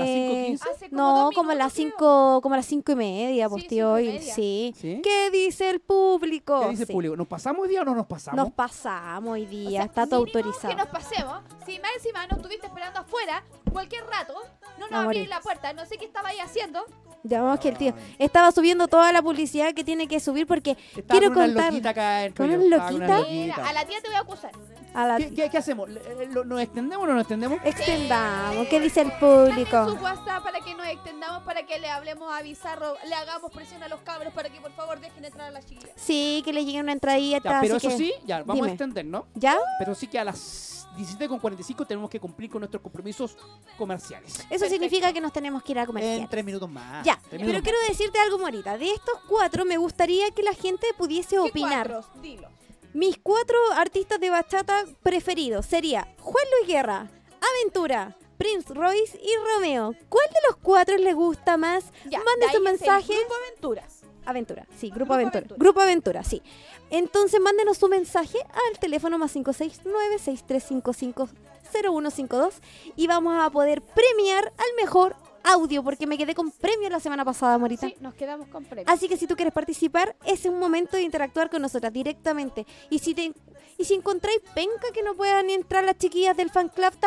las 5:15? Hace como no, dos como a las minutos, creo. 5 como a las cinco y media, pues Sí, tío, cinco y hoy, media. sí. ¿Sí? ¿Qué dice el público? ¿Qué dice el Oh, Sí. público? ¿Nos pasamos hoy día o no nos pasamos? Nos pasamos hoy O día, sea, está todo mínimo autorizado. Que nos pasemos. Si más encima nos estuviste esperando afuera, cualquier rato, no nos Ah, abrís Morita. la puerta. No sé qué estaba ahí haciendo. Llamamos que el tío estaba subiendo toda la publicidad que tiene que subir porque Estaba quiero con una contar loquita acá, el ¿Con coño, una estaba con una loquita? Mira, loquita. a la tía te voy a acusar. a la ¿Qué, qué, qué hacemos? ¿Le- lo- ¿Nos extendemos o no nos extendemos? extendamos. ¿Qué dice el Manden su público? WhatsApp para que nos extendamos, para que le hablemos a Bizarro, le hagamos presión a los cabros para que por favor dejen entrar a la chiquilla. Sí, que le llegue una entradita. Ya, pero así eso que- sí, ya, vamos dime. a extender, ¿no? ¿Ya? Pero sí que a las 17.45 tenemos que cumplir con nuestros compromisos comerciales. Eso significa que nos tenemos que ir a En comercial. tres minutos más. Ya, Tres pero minutos quiero decirte algo, Morita. De estos cuatro, me gustaría que la gente pudiese opinar. ¿Qué cuatro? Dilo. Mis cuatro artistas de bachata preferidos sería Juan Luis Guerra, Aventura, Prince Royce y Romeo. ¿Cuál de los cuatro les gusta más? Ya, Manden su de ahí es el mensaje. Grupo Aventuras. Aventura, sí, Grupo, Grupo Aventura. Aventura. Grupo Aventura, sí. Entonces mándenos su mensaje al teléfono más 569-6355-0152 y vamos a poder premiar al mejor audio porque me quedé con premio la semana pasada, Morita. Sí, nos quedamos con premio. Así que si tú quieres participar, es un momento de interactuar con nosotras directamente. Y si te y si encontráis penca que no puedan entrar las chiquillas del fan club también,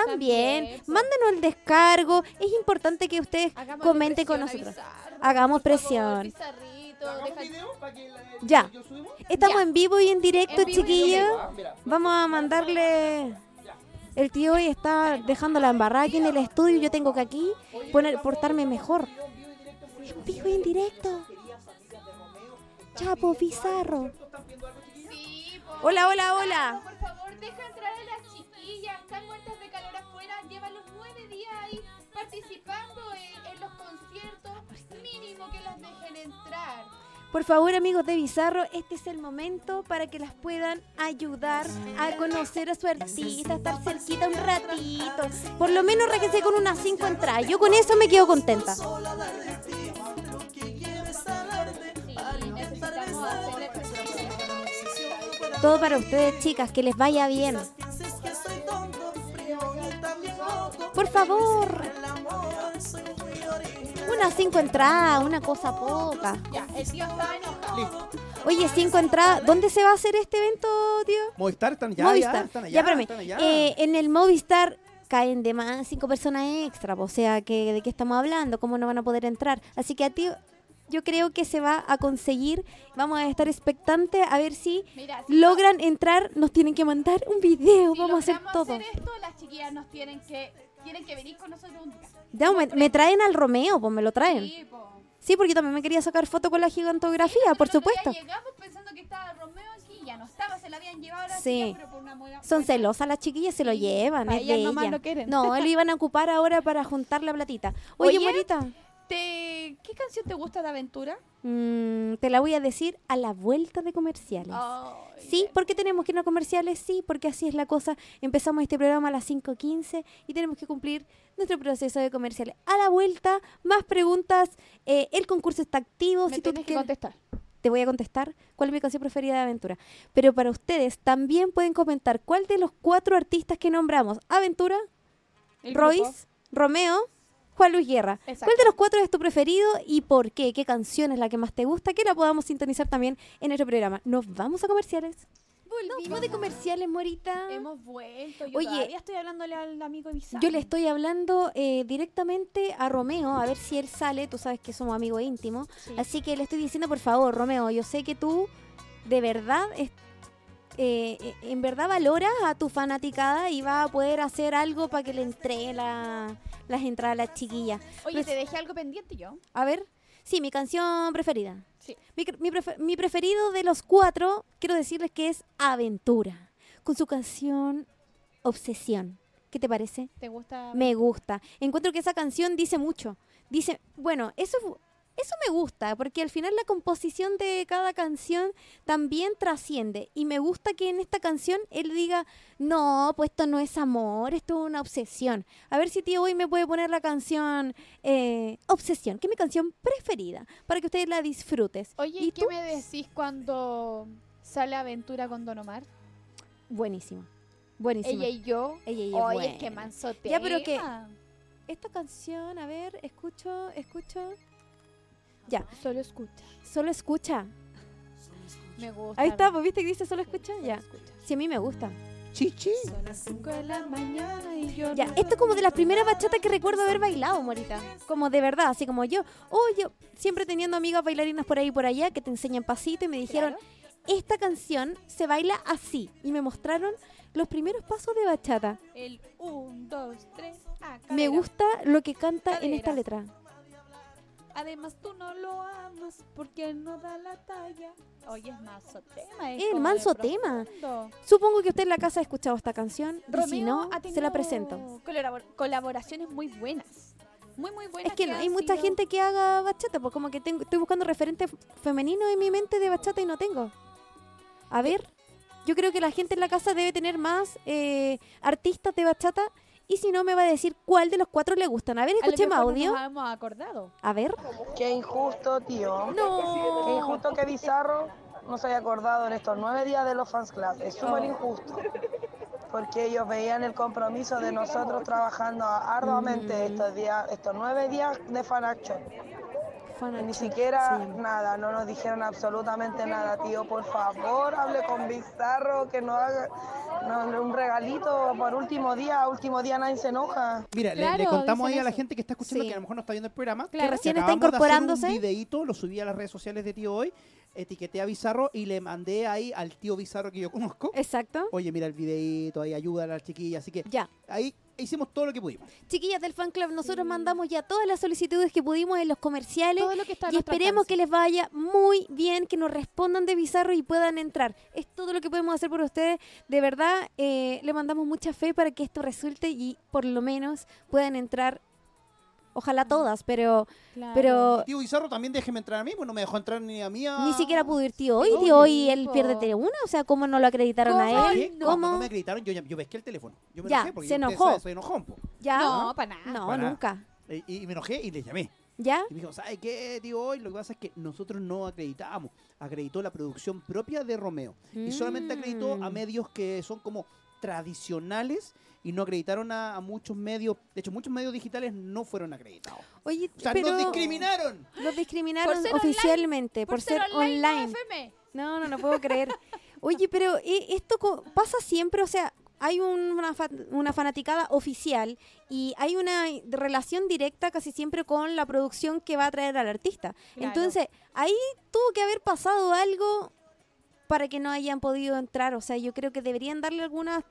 También, sí. mándanos el descargo. Es importe que ustedes Hagamos comenten con presión a nosotros. Bizarro, Hagamos por favor, presión. Bizarrito, más. deja- Ya. ¿Yo subo? Estamos Ya. en vivo y en directo, En vivo y en chiquillos. Ah, mira. Vamos a mandarle. El tío hoy está dejando la embarrada aquí en el estudio. Yo tengo que aquí poner, portarme mejor. En vivo y en directo. Chapo Pizarro. Sí, po. Hola, hola, hola. Por favor, deja entrar a las chiquillas. Están muertas de calor afuera. Llevan los nueve días ahí participando en, en los conciertos. Mínimo que las dejen entrar. Por favor, amigos de Bizarro, este es el momento para que las puedan ayudar a conocer a su artista, estar cerquita un ratito. Por lo menos regresé con unas cinco entradas. Yo con eso me quedo contenta. Sí, necesitamos hacerle presencia. Todo para ustedes, chicas, que les vaya bien. Por favor. Unas cinco entradas, una cosa poca. Ya, el tío está enojado. Listo. Oye, cinco entradas. ¿Dónde se va a hacer este evento, tío? Movistar están ya, Movistar. ya, Ya, están allá. espérame. están allá. Eh, en el Movistar caen de más cinco personas extra, po. o sea, que, ¿de qué estamos hablando? ¿Cómo no van a poder entrar? Así que a ti yo creo que se va a conseguir. Vamos a estar expectantes a ver si Mira, si logran entrar. Nos tienen que mandar un video. Si Vamos a hacer logramos todo. hacer esto, las chiquillas nos tienen que, tienen que venir con nosotros un día. Ya, me, me traen al Romeo, pues me lo traen. Sí, po. Sí, porque yo también me quería sacar foto con la gigantografía, por El otro día supuesto. Llegamos pensando que estaba Romeo aquí, ya no estaba, se la habían llevado las Sí. chicas, pero por una mala- Son buena- celosas las chiquillas, se lo pues. Sí, llevan. pa' Es ellas de nomás ellas. lo quieren. No, lo iban a ocupar ahora para juntar la platita. Oye, Oye, Morita. Te- ¿Qué canción te gusta de aventura? Mm, te la voy a decir a la vuelta de comerciales. Ay, Sí, porque tenemos que ir a comerciales, sí, porque así es la cosa. Empezamos este programa a las 5.15 y tenemos que cumplir nuestro proceso de comerciales. A la vuelta, más preguntas. eh, el concurso está activo. me si tú tienes que quieres- contestar. te voy a contestar cuál es mi canción preferida de Aventura. Pero para ustedes también pueden comentar cuál de los cuatro artistas que nombramos, Aventura, El grupo. Royce, Romeo, Juan Luis Guerra. Exacto. ¿Cuál de los cuatro es tu preferido y por qué? ¿Qué canción es la que más te gusta? Que la podamos sintonizar también en nuestro programa. Nos vamos a comerciales. Volvimos de comerciales, Morita. Hemos vuelto. Yo Oye. todavía estoy hablándole al amigo Ibiza. Yo le estoy hablando eh, directamente a Romeo, a ver si él sale. Tú sabes que somos amigos íntimos. Sí. Así que le estoy diciendo, por favor, Romeo, yo sé que tú de verdad, es- eh, eh, en verdad valoras a tu fanaticada y va a poder hacer algo para que le entregue la- las entradas a la chiquilla. Oye, Pues- te dejé algo pendiente yo. A ver, sí, mi canción preferida. Sí. Mi, cre- mi prefe- mi preferido de los cuatro, quiero decirles que es Aventura, con su canción Obsesión. ¿Qué te parece? ¿Te gusta? Me gusta. Encuentro que esa canción dice mucho. Dice, bueno, eso, fu- eso me gusta, porque al final la composición de cada canción también trasciende. Y me gusta que en esta canción él diga, no, pues esto no es amor, esto es una obsesión. A ver si tío hoy me puede poner la canción eh, Obsesión, que es mi canción preferida, para que ustedes la disfrutes. Oye, ¿Y ¿qué tú? me decís cuando sale Aventura con Don Omar? Buenísima. Buenísima. Ella y yo. Ella y yo, Oye, buena. qué manso Ya, pero que- tema. Esta canción, a ver, escucho, escucho. Ya, Solo escucha. solo escucha. Me gusta. Ahí está, pues viste que dice solo escucha, Solo ya. escucha. Sí, a mí me gusta. Chichi. Son las 5 de la mañana y yo. Ya, no- esto es como de las primeras bachatas que recuerdo haber bailado, Morita. Como de verdad, así como yo. Oh, yo siempre teniendo amigas bailarinas por ahí y por allá que te enseñan pasito y me dijeron, Claro. esta canción se baila así. Y me mostraron los primeros pasos de bachata. El 1, 2, 3. Me gusta lo que canta en esta Cadera. letra. Además, tú no lo amas porque no da la talla. Oye, es manso tema. Es como de manso tema. profundo. Supongo que usted en la casa ha escuchado esta canción. y si Romeo no, ha se la tenido presento. colabor- colaboraciones muy buenas. Muy, muy buenas. Es que no han hay mucha sido- gente que haga bachata, pues como que tengo, estoy buscando referentes femeninos en mi mente de bachata y no tengo. A ver, yo creo que la gente en la casa debe tener más eh, artistas de bachata y si no me va a decir cuál de los cuatro le gustan. A ver, A lo escuchemos mejor no audio. Nos hemos acordado. A ver. Qué injusto, tío. Qué No. injusto que Bizarro no se haya acordado en estos nueve días de los fans club. Es súper injusto. Porque ellos veían el compromiso de nosotros trabajando Mm. arduamente estos días, estos nueve días de fan action. Y Ni siquiera Mm. Sí. nada, no nos dijeron absolutamente nada, tío. Por favor, hable con Bizarro, que nos haga nos- un regalito por último día. Último día nadie se enoja. Mira, le- le, Claro, contamos ahí dicen a la eso. gente que está escuchando Sí. que a lo mejor no está viendo el programa. Claro. que Recién está acabamos de hacer incorporándose. un videíto, lo subí a las redes sociales de tío hoy, etiqueté a Bizarro y le mandé ahí al tío Bizarro que yo conozco. ¿Eh? Exacto. Oye, mira el videíto, ahí ayuda a la chiquilla. Así que Ya. ahí hicimos todo lo que pudimos. Chiquillas del fan club, nosotros Sí. mandamos ya todas las solicitudes que pudimos en los comerciales. Todo lo que está a Y nuestro esperemos que alcance. les vaya muy bien, que nos respondan de Bizarro y puedan entrar. Es todo lo que podemos hacer por ustedes. De verdad, eh, le mandamos mucha fe para que esto resulte y por lo menos puedan entrar. Ojalá todas, pero, Claro. pero Tío Bizarro también déjeme entrar a mí, pues no me dejó entrar ni a mí. a- ni siquiera pudo ir tío hoy. No, Tío hoy sí, él po. pierde una, o sea, ¿cómo no lo acreditaron a ¿Cómo él? ¿Qué? no? Cuando no ¿Cómo? me acreditaron, yo, ya- yo pesqué el teléfono. Yo me Ya, enojé porque se yo- ustedes enojó. saben, soy enojón. po. ¿Ya? No, para nada. ah, No, Para nada. nunca. Eh, Y, y me enojé y les llamé. ¿Ya? Y me dijo, ¿sabe qué, tío? Hoy lo que pasa es que nosotros no acreditamos. Acreditó la producción propia de Romeo. Y solamente acreditó a Mm. medios que son como tradicionales y no acreditaron a, a muchos medios. De hecho, muchos medios digitales no fueron acreditados. Oye, O sea, pero nos discriminaron. los discriminaron ser online, oficialmente por, ser no online. FM. No, no lo puedo creer. Oye, pero eh, esto co- pasa siempre, o sea, hay un- una, fa- una fanaticada oficial y hay una i- relación directa casi siempre con la producción que va a traer al artista. Claro. Entonces, ahí tuvo que haber pasado algo para que no hayan podido entrar. O sea, yo creo que deberían darle algunas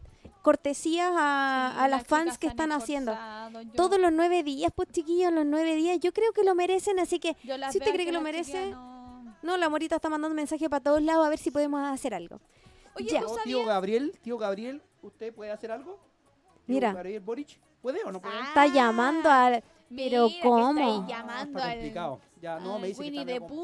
cortesías a, a Sí, las fans chicas que se han están haciendo. esforzado, yo- Todos los nueve días, pues chiquillos, los nueve días, yo creo que lo merecen, así que yo las si usted veo cree que la lo merece, chiquilla no. no, la morita está mandando mensaje para todos lados a ver si podemos hacer algo. Oye, Ya. ¿tú No, sabías? Oh, tío Gabriel, tío Gabriel, ¿usted puede hacer algo? Tío Mira. Gabriel Boric, ¿puede o no puede? Ah, Está llamando al... mira pero que está ahí ¿cómo? Ah, llamando está al- complicado. Ya, no, Ay, me dice que Winnie está medio the Pooh.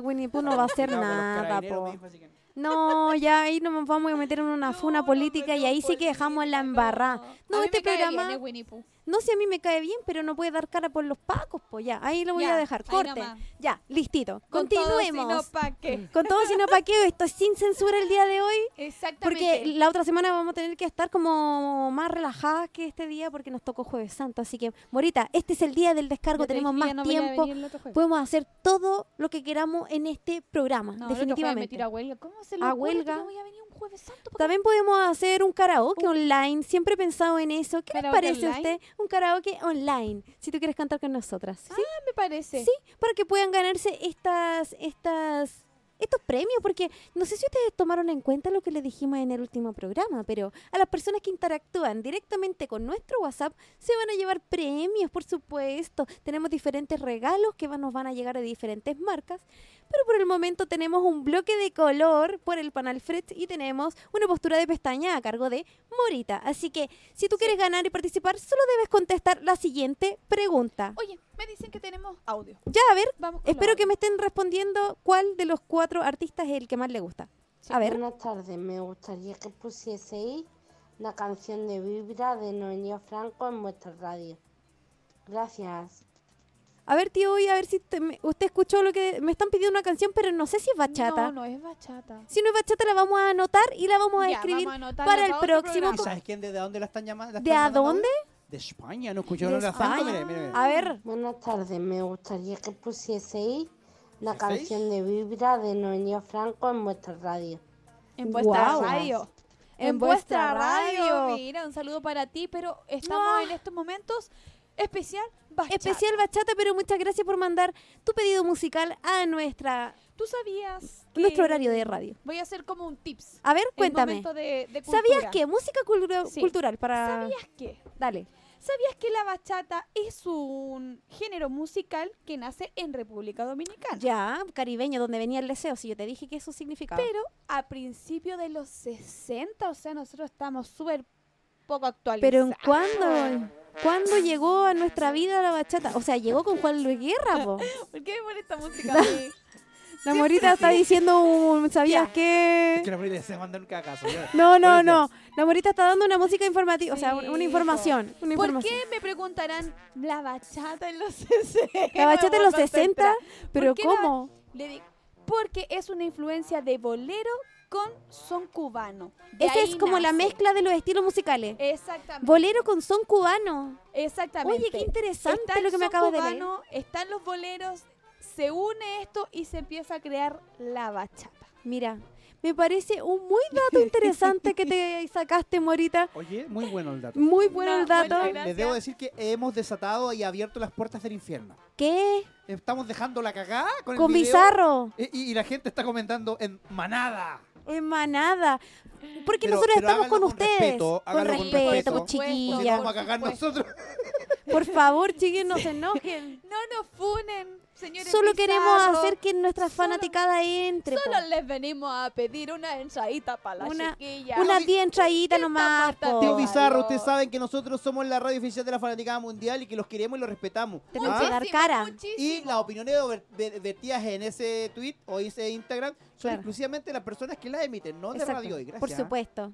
Ya, Winnie Pooh no va a hacer Ya, con los nada, carabineros po. mismo, así que- No, ya ahí nos vamos a meter en Ah, una funa No, política no, y ahí no, sí que dejamos la política, embarrada. No, A mí este me cae bien eh, programa- el Winnie Pooh. No sé, a mí me cae bien, pero no puede dar cara por los pacos, pues ya, ahí lo voy Ya, a dejar. ahí Corte. nomás. Ya, listito. Con todo, Continuemos. si no, ¿pa' qué? Con todo sino paqueo, esto es sin censura el día de hoy. Exactamente. Porque la otra semana vamos a tener que estar como más relajadas que este día porque nos tocó Jueves Santo. Así que, Morita, este es el día del descargo, Yo te tenemos dije, más ya no voy a tiempo. venir el otro jueves. Podemos hacer todo lo que queramos en este programa, No, el otro jueves me definitivamente. tiro a huelga. ¿Cómo se A le ocurre que huelga. no voy a venir un jueves santo? ¿Por qué? También podemos hacer un karaoke online. Siempre he pensado en eso. ¿Qué les ¿Karaoke parece a online? Ah, usted? Un karaoke online. Si tú quieres cantar con nosotras. ¿sí? me parece? Sí, para que puedan ganarse estas, estas, estos premios, porque no sé si ustedes tomaron en cuenta lo que les dijimos en el último programa, pero a las personas que interactúan directamente con nuestro WhatsApp se van a llevar premios, por supuesto. Tenemos diferentes regalos que va- nos van a llegar de diferentes marcas, pero por el momento tenemos un bloque de color por el panel Fred y tenemos una postura de pestaña a cargo de Morita. Así que si tú quieres ganar y participar, solo debes contestar la siguiente pregunta. Oye, me dicen que tenemos audio. Ya, a ver, Vamos con Espero lo que audio. me estén respondiendo cuál de los cuatro artistas es el que más le gusta. A ver, Buenas tardes, me gustaría que pusieseis la canción de Vibra de Noelia Franco en vuestra radio. Gracias. a ver, tío, hoy a ver si te- me- usted escuchó lo que me están pidiendo una canción, pero no sé si es bachata. No, no es bachata. Si no es bachata, la vamos a anotar y la vamos a Ya, escribir vamos a anotarla para el para otro próximo. programa. ¿Y sabes quién desde dónde la están llamando? la ¿De están a mandando dónde? De España, no De escucharon la España. Mira, mira, mira. Ah, A ver, Buenas tardes, me gustaría que pusieseis la ¿Pusieseis? canción de Vibra de Noelia Franco en vuestra radio. En vuestra Guau. radio. En vuestra radio. Mira, un saludo para ti, pero estamos Guau. en estos momentos especial bachata. especial bachata, pero muchas gracias por mandar tu pedido musical a nuestra ¿Tú sabías que nuestro horario de radio. Voy a hacer como un tips. A ver, El cuéntame. momento de, de ¿Sabías cultura. que música cultura- Sí. cultural para ¿Sabías qué? Dale. ¿Sabías que la bachata es un género musical que nace en República Dominicana? Ya, caribeño, donde venía el deseo, si yo te dije que eso significaba. Pero a principios de los 60, o sea, nosotros estamos súper poco actualizados. Pero ¿en cuándo? ¿Cuándo llegó a nuestra vida la bachata? O sea, llegó con Juan Luis Guerra, po. ¿Por qué me pone esta música? a mí? La morita está diciendo un ¿sabías Es que qué? la Morita se manda un cagazo. ya. No, no, Puede no. La morita está dando una música informativa, o sea, Sí, una información, una ¿Por información. qué me preguntarán la bachata en los 60? La bachata en los Me voy a 60, concentrar. pero qué la- ¿cómo? Le di- Porque es una influencia de bolero con son cubano. De Esa ahí es como la nace. mezcla de los estilos musicales. Exactamente. Bolero con son cubano. Exactamente. Oye, qué interesante Está el lo que me son acabas de leer. cubano, Están los boleros, se une esto y se empieza a crear la bachata. Mira, me parece un muy dato interesante que te sacaste, Morita. Oye, muy bueno el dato. Muy bueno Una el dato. buena- Les debo decir que hemos desatado y abierto las puertas del infierno. ¿Qué? Estamos dejando la cagada con, Con el video. Bizarro. Y, y- y la gente está comentando en manada. En manada. Porque Pero- nosotros pero estamos con, háganlo con ustedes. respeto, con háganlo con respeto, respeto. pues, Porque Y nos ya. chiquillas. vamos a cagar Por nosotros. Por favor, chiquillos, no se enojen. No nos funen, señores. Solo Pizarro. queremos hacer que nuestra Solo- fanaticada entre. pues. po. Solo les venimos a pedir una ensadita para la Una- chiquilla. Una Tío- 10 entradita nomás. Marta, po. Tío Tío Bizarro, Bizarro, ustedes saben que nosotros somos la radio oficial de la Fanaticada Mundial y que los queremos y los respetamos. ¿Ah? Tenemos que Muchísimo, dar cara. muchísimo. Y las opiniones ver- ver- vertidas en ese tweet o ese Instagram son Claro. exclusivamente las personas que las emiten, no de Exacto, radio hoy. Gracias. Por ¿eh? supuesto.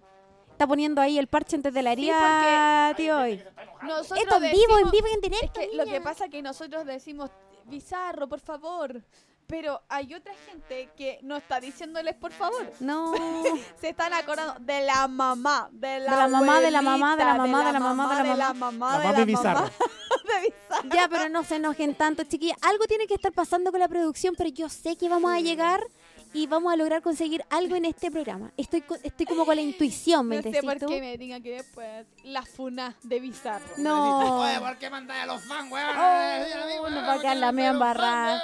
Está poniendo ahí el parche antes de la Sí, herida, tío. Hoy. Nosotros Esto en vivo, en decimos- vivo, y en directo. Es que lo que niña. pasa es que nosotros decimos, bizarro, por favor. Pero hay otra gente que no está diciéndoles, por favor. No. Se están acordando de la mamá, de la, De la mamá, de la mamá, de la mamá, de la abuelita, mamá, de la de la La mamá, de mamá la de Bizarro. mamá de Bizarro. Ya, pero no se enojen tanto, chiquillas. Algo tiene que estar pasando con la producción, pero yo sé que vamos a llegar y vamos a lograr conseguir algo en este programa. Estoy, co- estoy como con la intuición, ¿me No sé por entendís tú? qué me digan que después la funa de Bizarro. No. Oye, ¿por qué mandáis a los fans, weón? Eh, Oh, nos va a quedar la media embarrada.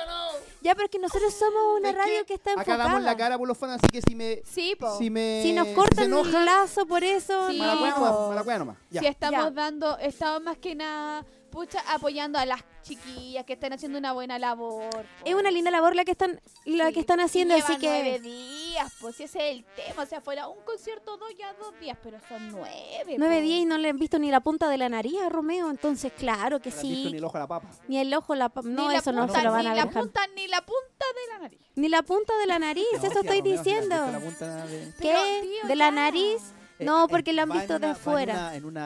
Ya, pero es que nosotros somos una ¿Sabes qué? radio que está Acá damos la enfocada. cara por los fans, así que si me. Sí, po. Si, me, Si nos se cortan enojan, el lazo por eso, Sí, no. Malacuea nomás, po. malacuea nomás. Ya. Si estamos Ya. dando, estamos más que nada pucha, apoyando a las chiquillas que están haciendo una buena labor. Es una linda labor la que están, la que están haciendo, así Nueve que días, pues ese es el tema. O sea, fuera un concierto, dos ya dos días, pero son nueve. nueve po. días y no le han visto ni la punta de la nariz a Romeo, entonces claro que No le han visto ni sí. el ojo a la papa. Ni el ojo, la pa- Ni no, la eso no punta, se lo van a Ni la dejar. punta, ni la punta de la nariz. Ni la punta de la nariz, No, eso si a estoy Romeo se le han diciendo. visto la punta de- Pero, ¿Qué? tío, ¿De la ya. nariz? Eh, No, eh, porque la han va en visto de una- va afuera. En una,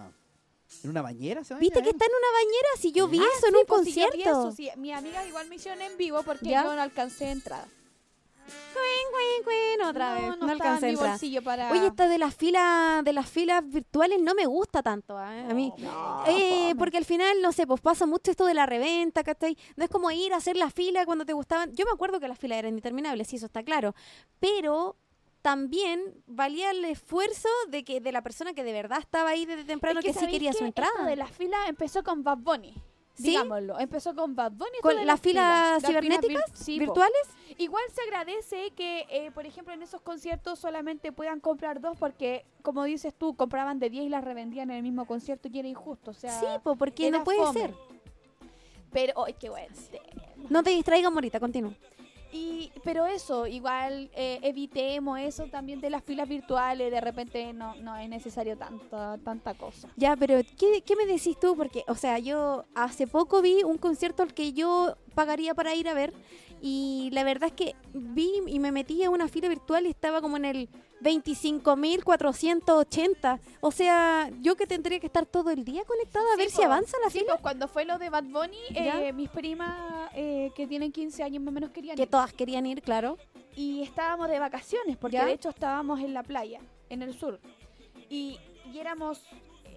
en una, en una bañera, ¿se baña, ¿Viste que eh? está en una bañera? Si yo vi eso en Sí, un pues, sí, yo vi concierto. eso, sí. Mi amiga igual me hicieron en vivo porque ¿Ya? yo no alcancé entrada. Cuin, cuin, otra no, vez. No, No estaba alcancé a en mi entrar. bolsillo para... Oye, esta de las filas de las filas virtuales no me gusta tanto ¿eh? a mí. Eh, porque al final, no sé, pues pasa mucho esto de la reventa, ¿cachai? No es como ir a hacer la fila cuando te gustaban. Yo me acuerdo que las filas eran interminables, sí, eso está claro. Pero también valía el esfuerzo de que de la persona que de verdad estaba ahí desde temprano Es que, sí ¿sabéis quería su qué? entrada. Esto de la fila empezó con Bad Bunny. ¿Sí? Digámoslo, empezó con Bad Bunny. esto ¿Con de las las filas filas, las filas vir- cibernéticas? sí, po. ¿Virtuales? Igual se agradece que, eh, por ejemplo, en esos conciertos solamente puedan comprar dos porque, como dices tú, compraban de 10 y las revendían en el mismo concierto y era injusto. O sea, sí, po, porque no era puede fome. ser. Pero, ay, qué bueno. No te distraigas, Morita, continúa. Y, pero eso, igual eh, evitemos eso también de las filas virtuales. De repente no, no es necesario tanta, tanta cosa. Ya, pero ¿qué, qué me decís tú? Porque, o sea, yo hace poco vi un concierto al que yo pagaría para ir a ver y la verdad es que vi y me metí a una fila virtual y estaba como en el 25.480. O sea, yo que tendría que estar todo el día conectada a Sí, ver si po. avanza la Sí, fila. pues, cuando fue lo de Bad Bunny, eh, ¿Ya? mis primas eh, que tienen 15 años más o menos querían Que ir. todas querían ir, claro. Y estábamos de vacaciones, porque ¿Ya? de hecho estábamos en la playa, en el sur. Y, y éramos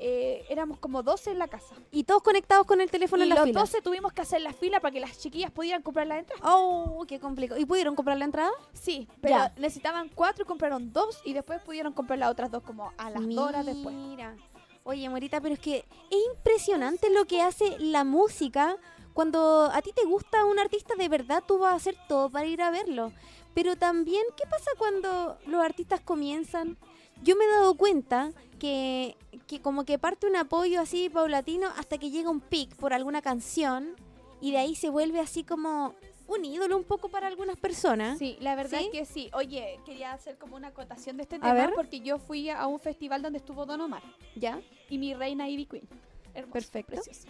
eh, éramos como 12 en la casa. Y todos conectados con el teléfono y en la los fila. 12 tuvimos que hacer la fila para que las chiquillas pudieran comprar la entrada. Oh, qué complicado. ¿Y pudieron comprar la entrada? Sí, pero Ya. necesitaban cuatro, compraron dos y después pudieron comprar las otras dos como a las dos horas después. Mira. Oye, Morita, pero es que es impresionante lo que hace la música. Cuando a ti te gusta un artista, de verdad tú vas a hacer todo para ir a verlo. Pero también, ¿qué pasa cuando los artistas comienzan? Yo me he dado cuenta que, que como que parte un apoyo así paulatino hasta que llega un pic por alguna canción y de ahí se vuelve así como un ídolo un poco para algunas personas. Sí, la verdad ¿Sí? es que sí. Oye, quería hacer como una acotación de este A tema ver. porque yo fui a un festival donde estuvo Don Omar ¿Ya? y mi reina Ivy Queen. Hermoso, Perfecto. precioso.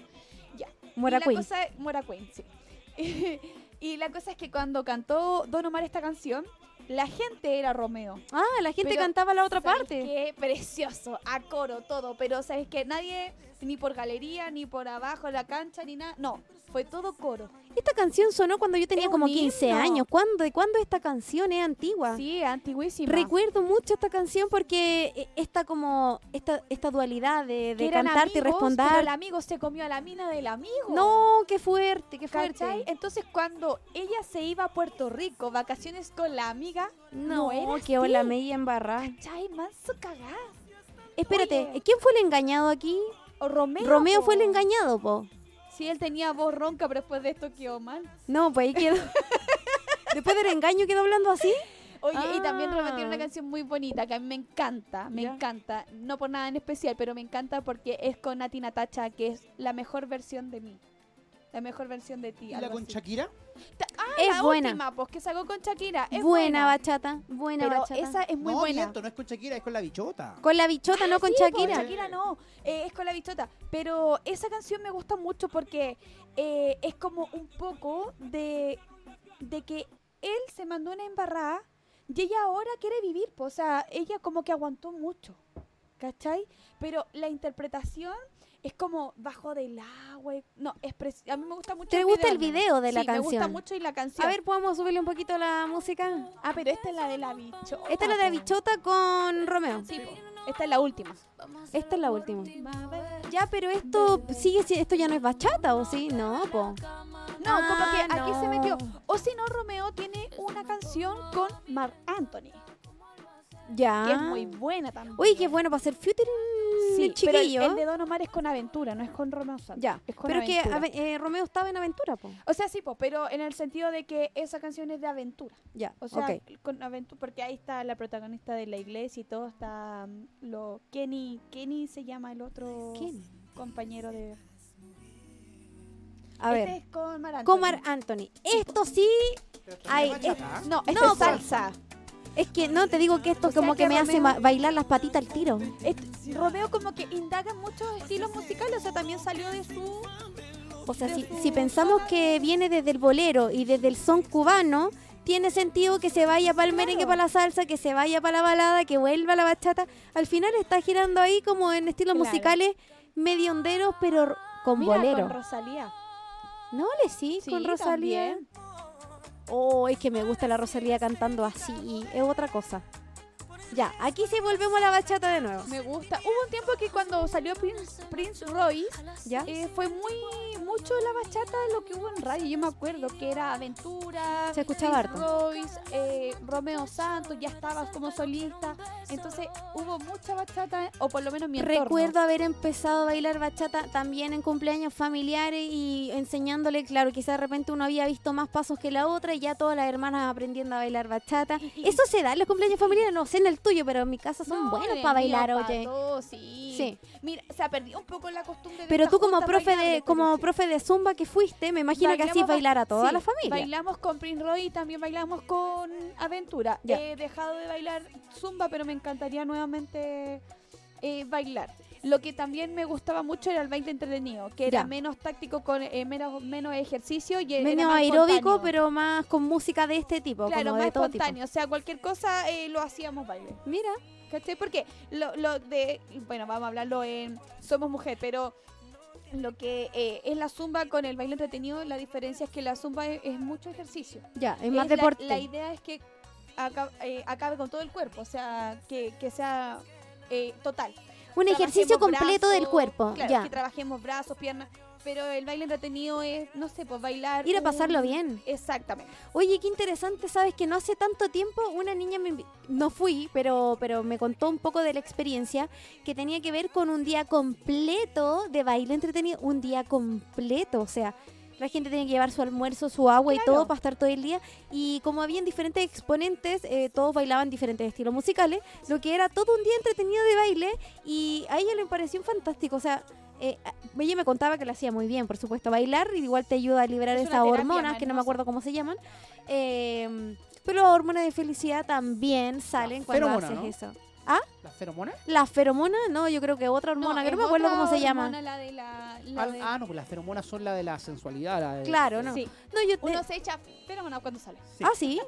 Mora y la Queen. cosa es- Mora Queen, sí. y la cosa es que cuando cantó Don Omar esta canción, la gente era Romeo. Ah, la gente Pero, cantaba la otra ¿Sabes parte. Qué precioso, a coro todo, pero sabes que nadie, ni por galería, ni por abajo en la cancha, ni nada, no, fue todo coro. Esta canción sonó cuando yo tenía Es como un 15 himno. años. ¿Cuándo, ¿De cuándo esta canción es antigua? Sí, antiguísima. Recuerdo mucho esta canción porque eh, esta como esta, esta dualidad de, Que de eran cantarte y amigos, Pero el responder. amigo se comió a la mina del amigo. No, qué fuerte, qué fuerte. Eh, ¿Cachai? Entonces cuando ella se iba a Puerto Rico, vacaciones con la amiga, No, no, era que así. hola media embarrada. ¿Cachai? Manso cagá. Espérate, ¿eh, Oye. ¿quién fue el engañado aquí? O Romeo. Romeo po. fue el engañado, po. Sí, él tenía voz ronca, pero después de esto quedó mal. No, pues ahí quedó. Después del engaño quedó hablando así. Oye, y también Ah. Romeo tiene una canción muy bonita que a mí me encanta, me Ya. encanta. No por nada en especial, pero me encanta porque es con Nati Natacha, que es la mejor versión de mí. La mejor versión de ti. ¿Y la algo con así. Shakira? Ah, Es la buena. última, pues, que sacó con Shakira. buena, Es buena, bachata, buena Pero bachata. esa es muy no, buena. miento, no es con Shakira, es con la bichota. Con la bichota, no con Shakira. Con Shakira no, eh, es con la bichota. Pero esa canción me gusta mucho porque eh, es como un poco de, de que él se mandó una embarrada y ella ahora quiere vivir. po. O sea, ella como que aguantó mucho. ¿Cachai? Pero la interpretación es como bajo del agua. y- No, es preci- a mí me gusta mucho. ¿Te gusta el hermano. video de la Sí, Me gusta canción? mucho y la canción. A ver, ¿podemos subirle un poquito la música? Ah, pero esta es la de la bichota. Esta es la de la po. bichota con Romeo. Sí, po. Esta es la última. Esta es la última. Ya, pero esto sigue si- esto ya no es bachata, ¿o sí? No, po. No, como que Ah, aquí se no. metió. O si no, Romeo tiene una canción con Mark Anthony, Ya. que es muy buena también. Ah. Uy, qué bueno para hacer future Sí, pero el, chiquillo. el de Don Omar es con Aventura, no es con Romeo Santos. Ya, es con pero es que Aventura. Ave- eh, Romeo estaba en aventura, po. O sea, sí, po, pero en el sentido de que esa canción es de Aventura. Ya, O sea, ok. con Aventura, porque ahí está la protagonista de la iglesia y todo está mm, lo Kenny, Kenny se llama el otro ¿Quién? compañero de A ver. Este es Comar Anthony. Comar Anthony. Esto sí. Ay, es- No, este No, es salsa. es que no, te digo que esto O sea como que, que me hace Romeo- ma- bailar las patitas al tiro. Este- Romeo como que indaga muchos estilos musicales, o sea, también salió de su... O sea, si, si pensamos que viene desde el bolero y desde el son cubano, tiene sentido que se vaya para el merengue, para la salsa, que se vaya para la balada, que vuelva la bachata. Al final está girando ahí como en estilos Claro. musicales medio honderos, pero r- con Mira, bolero. con Rosalía. no le sí, con Sí, Rosalía. también. Oh, es que me gusta la Rosalía cantando así, y es otra cosa. Ya, aquí sí volvemos a la bachata de nuevo. Me gusta. Hubo un tiempo que cuando salió Prince, Prince Royce, ¿Ya? eh, fue muy mucho la bachata lo que hubo en radio. Yo me acuerdo que era Aventura, Se escuchaba Prince Royce, eh, Romeo Santos, ya estabas como solista. Entonces hubo mucha bachata, eh, o por lo menos en mi entorno. Recuerdo haber empezado a bailar bachata también en cumpleaños familiares y enseñándole, claro, quizás de repente uno había visto más pasos que la otra y ya todas las hermanas aprendiendo a bailar bachata. Eso se da en los cumpleaños familiares, no sé en el tuyo, pero en mi casa son No, buenos de para mí, bailar, pa' oye. todo, sí. Sí. Mira, se ha perdido un poco la costumbre de Pero estas tú como juntas profe de bailables, como pero sí. profe de zumba que fuiste, me imagino que así Bailamos ba- bailar a toda sí, la familia. Bailamos con Prince Roy y también bailamos con Aventura. Ya. He dejado de bailar zumba, pero me encantaría nuevamente eh, bailar. Lo que también me gustaba mucho era el baile entretenido, que era Ya. menos táctico, con eh, menos, menos ejercicio y era Menos más aeróbico, espontáneo. pero más con música de este tipo, claro, como más de todo tipo. espontáneo. O sea, cualquier cosa eh, lo hacíamos baile. Mira, ¿Cachai? Porque lo, lo de. Bueno, vamos a hablarlo en Somos Mujer, pero lo que eh, es la zumba con el baile entretenido, la diferencia es que la zumba es, es mucho ejercicio. ya, es más Es la- deporte. La, idea es que aca- eh, acabe con todo el cuerpo, o sea, que, que sea eh, total. Un ejercicio Trabajemos completo del brazos, cuerpo, claro, ya. Que trabajemos brazos, piernas, pero el baile entretenido es, no sé, pues bailar. Ir a un- pasarlo bien. Exactamente. Oye, qué interesante, sabes que no hace tanto tiempo una niña me invi- no fui, pero pero me contó un poco de la experiencia que tenía que ver con un día completo de baile entretenido, un día completo, o sea, la gente tenía que llevar su almuerzo, su agua y Claro. todo para estar todo el día y como habían diferentes exponentes, eh, todos bailaban diferentes estilos musicales, lo que era todo un día entretenido de baile y a ella le pareció fantástico, o sea, eh, a- ella me contaba que lo hacía muy bien, por supuesto, bailar igual te ayuda a liberar Es una esas terapia, hormonas que no me hermosa. acuerdo cómo se llaman. Eh, pero las hormonas de felicidad también salen cuando feromona, haces ¿no? eso. ¿La feromona? La feromona, no, yo creo que otra hormona, que no es me acuerdo otra cómo se hormona, llama. la de la- la Ah, de- ah, no, pues las feromonas son la de la sensualidad. la de- Claro, no. Sí. No, yo te- Uno se echa. Pero bueno, cuando sale. Sí. Ah, sí.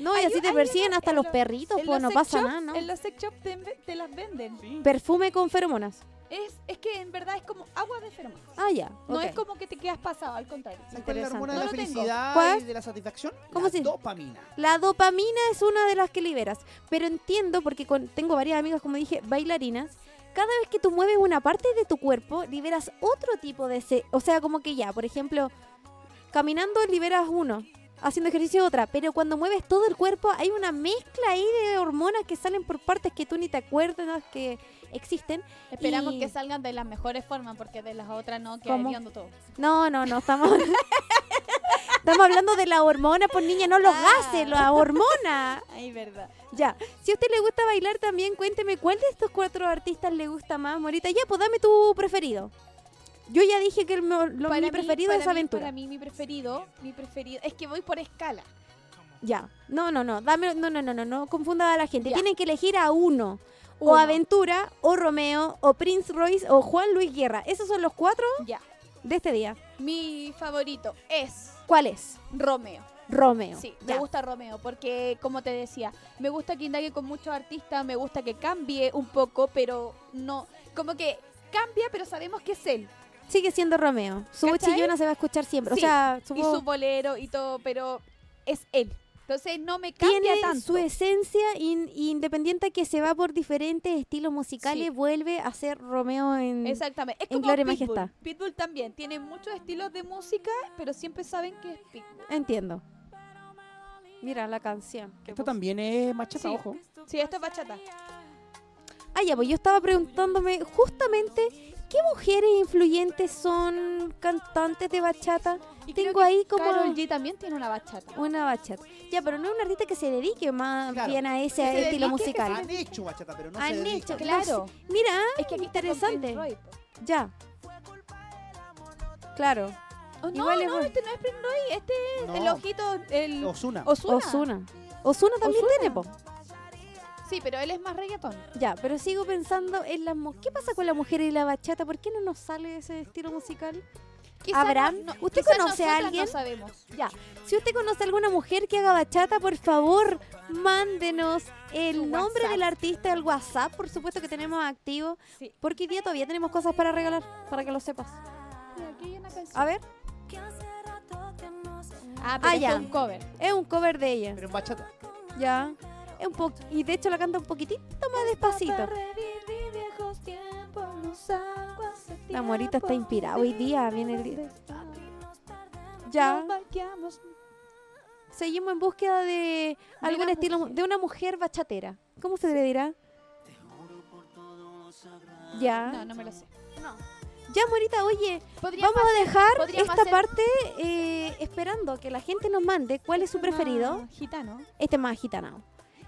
No, y Hay así un- te hay persiguen uno hasta en los los- perritos, en pues los no sex pasa shops- nada, ¿no? En los sex shops te, enve- te las venden. Sí. Perfume con feromonas. Es, es que en verdad es como agua de feromonas. Ah, ya. No ok. es como que te quedas pasado, al contrario. ¿Sabes cuál es la hormona No de lo la tengo. felicidad ¿Cuál? y de la satisfacción? ¿Cómo la se- dopamina. La dopamina es una de las que liberas, pero entiendo porque con- tengo varias amigas, como dije, bailarinas. Cada vez que tú mueves una parte de tu cuerpo, liberas otro tipo de... se- o sea, como que ya, por ejemplo, caminando liberas uno, haciendo ejercicio otra, pero cuando mueves todo el cuerpo hay una mezcla ahí de hormonas que salen por partes que tú ni te acuerdas que existen. Esperamos Y- que salgan de las mejores formas, porque de las otras no, que ¿Cómo? hediondo todo. No, no, no, estamos... estamos hablando de la hormona, por niña, no los Ah. gases, la hormona. Ay, verdad. Ya, si a usted le gusta bailar también, cuénteme cuál de estos cuatro artistas le gusta más, Morita. Ya, pues dame tu preferido. Yo ya dije que el mo- lo- mi preferido es Aventura. Para mí, mi preferido, mi preferido, es que voy por escala. Ya. No, no, no, dame, no, no, no, no, no confunda a la gente. Ya. Tienen que elegir a uno. O Uno. Aventura, o Romeo, o Prince Royce, o Juan Luis Guerra. Esos son los cuatro Ya. de este día. Mi favorito es ¿Cuál es? Romeo. Romeo. Sí, Ya. me gusta Romeo porque, como te decía, me gusta que indague con muchos artistas, me gusta que cambie un poco, pero no, como que cambia, pero sabemos que es él. Sigue siendo Romeo. Su voz ¿Cachai? chillona se va a escuchar siempre. Sí, O sea, su Y voz su bolero y todo, pero es él. Entonces no me cambia tiene tanto. su esencia in- independiente que se va por diferentes estilos musicales, Sí. vuelve a ser Romeo en... Exactamente. Es en como Gloria y Pitbull. Majestad. Pitbull también tiene muchos estilos de música, pero siempre saben que es Pitbull. Entiendo. Mira la canción. Esta también es machata, Sí. ojo. Sí, esto es bachata. Ah, ya, pues yo estaba preguntándome justamente qué mujeres influyentes son cantantes de bachata. Y creo Tengo que ahí como Oh, Karol G también tiene una bachata. una bachata. Ya, pero no es un artista que se dedique más Claro. bien a ese Que se estilo dedique, que se musical. Han hecho bachata, pero no Han se dedican. hecho, Claro. Mira, ah, Es que aquí está con interesante. Prince Roy, pues. Ya. Claro. Oh, no, Igual es no, bueno. este no es Prince Roy, este es el No. ojito, el Osuna. Ozuna. Osuna. Osuna también Ozuna. tiene, po. Sí, pero él es más reggaetón. Ya, pero sigo pensando en las mu- ¿Qué pasa con la mujer y la bachata? ¿Por qué no nos sale ese estilo musical? Quizá Abraham, no- ¿usted quizá conoce a nosotras alguien? No sabemos. Ya, si usted conoce a alguna mujer que haga bachata, por favor, mándenos el Su nombre WhatsApp. del artista al WhatsApp, por supuesto que tenemos activo, Sí. porque hoy día todavía tenemos cosas para regalar, para que lo sepas. Mira, aquí hay una canción. A ver, Ah, pero Ah, este ya. es un cover. es un cover de ella. Pero en bachata. Ya. Es un po- y de hecho la canta un poquitito más despacito. La morita está inspirada. Hoy día viene el día. Ya. Seguimos en búsqueda de algún una estilo mujer. de una mujer bachatera. ¿Cómo se le dirá? Ya. No, no me lo sé. Ya, Morita, oye, Podríamos vamos a hacer- dejar podríamos esta hacer- parte eh, esperando que la gente nos mande cuál es su preferido. Ah, Gitano. Este más gitanao.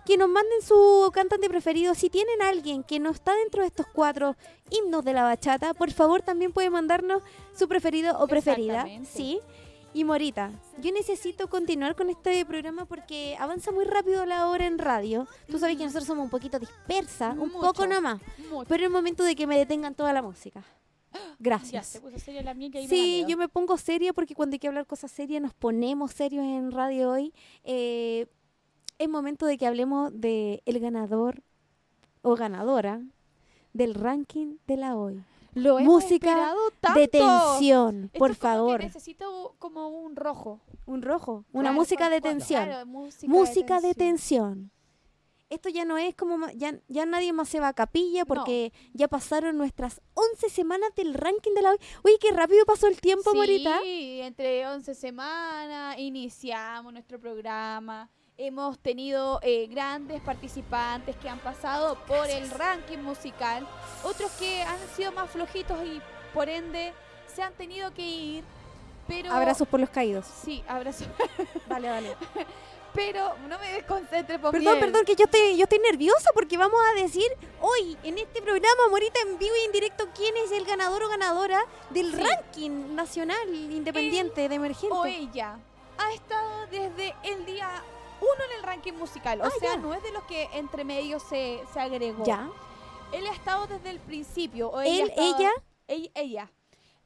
Que nos manden su cantante preferido. Si tienen alguien que no está dentro de estos cuatro himnos de la bachata, por favor también puede mandarnos su preferido o preferida. Exactamente. Sí. Y Morita, yo necesito continuar con este programa porque avanza muy rápido la hora en radio. Tú sabes que nosotros somos un poquito dispersa, un Mm. Mucho. poco nada más. Mucho. Pero es momento de que me detengan toda la música. Ya, Gracias. se puso serio la mía que ahí me da Sí, miedo. yo me pongo seria porque cuando hay que hablar cosas serias nos ponemos serios en radio hoy. Eh, es momento de que hablemos de el ganador o ganadora del ranking de la hoy. Lo hemos música esperado tanto. Detención, Esto por es como que favor. necesito como un rojo. Un rojo, una Claro, música con- de con- tensión. claro, música, Música de tensión. Esto ya no es como... ma- Ya, ya nadie más se va a capilla porque ya pasaron nuestras 11 semanas del ranking de la hoy. Oye, qué rápido pasó el tiempo, Morita. Sí, entre 11 semanas iniciamos nuestro programa. Hemos tenido eh, grandes participantes que han pasado por el ranking musical, otros que han sido más flojitos y por ende se han tenido que ir. Pero Abrazos por los caídos. Sí, abrazos. Vale, vale. Pero no me desconcentre, por Perdón, perdón, que yo estoy, yo estoy nerviosa porque vamos a decir hoy en este programa Morita en vivo y en directo quién es el ganador o ganadora del ranking nacional independiente de emergente. O ella ha estado desde el día uno en el ranking musical. O Ah, sea, ya. no es de los que entre medio se, se agregó. Ya. Él ha estado desde el principio. O Él, ella, ha estado- ella, Ell- ella.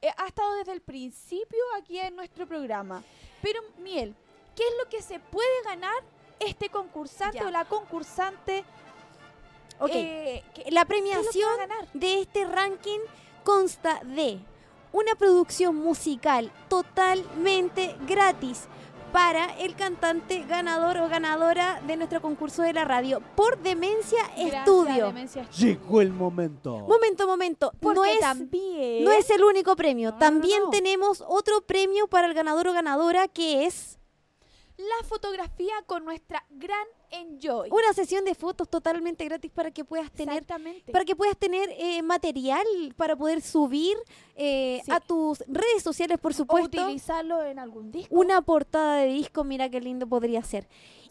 Eh, ha estado desde el principio aquí en nuestro programa. Pero, Miel, ¿qué es lo que se puede ganar este concursante Ya. o la concursante? ok. eh, que- la ¿qué es lo que premiación va a ganar? de este ranking consta de una producción musical totalmente gratis para el cantante ganador o ganadora de nuestro concurso de la radio por Demencia Gracias, Estudio. Demencia. Llegó el momento. Momento, momento. Porque no es también... No es el único premio. No, no, También Ah, no, no. tenemos otro premio para el ganador o ganadora que es la fotografía con nuestra gran Enjoy. una sesión de fotos totalmente gratis para que puedas tener Exactamente. para que puedas tener eh, material para poder subir eh, Sí. a tus redes sociales, por o supuesto. utilizarlo en algún disco. Una portada de disco, mira qué lindo podría ser.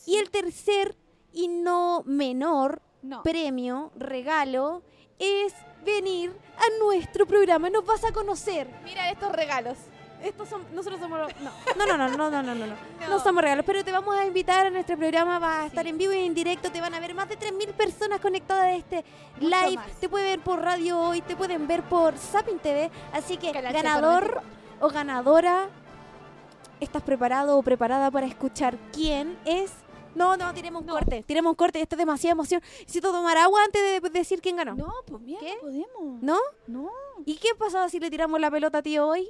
Y el tercer y no menor No. premio, regalo, es venir a nuestro programa. Nos vas a conocer. Mira estos regalos. Estos son, nosotros somos los- no. no, no, no, no, no, no, no, no. No. No somos regalos, pero te vamos a invitar a nuestro programa, va a estar Sí. en vivo y en directo, te van a ver más de 3.000 personas conectadas a este Mucho live, más. te pueden ver por radio hoy, te pueden ver por Zapping TV, así que Canal ganador o ganadora, ¿estás preparado o preparada para escuchar quién es? No, no, tiremos un No. corte, tiremos un corte, esto es demasiada emoción. Necesito tomar agua antes de decir quién ganó. No, pues mira, ¿Qué? no podemos. ¿No? No. ¿Y qué pasaba si le tiramos la pelota a tío hoy?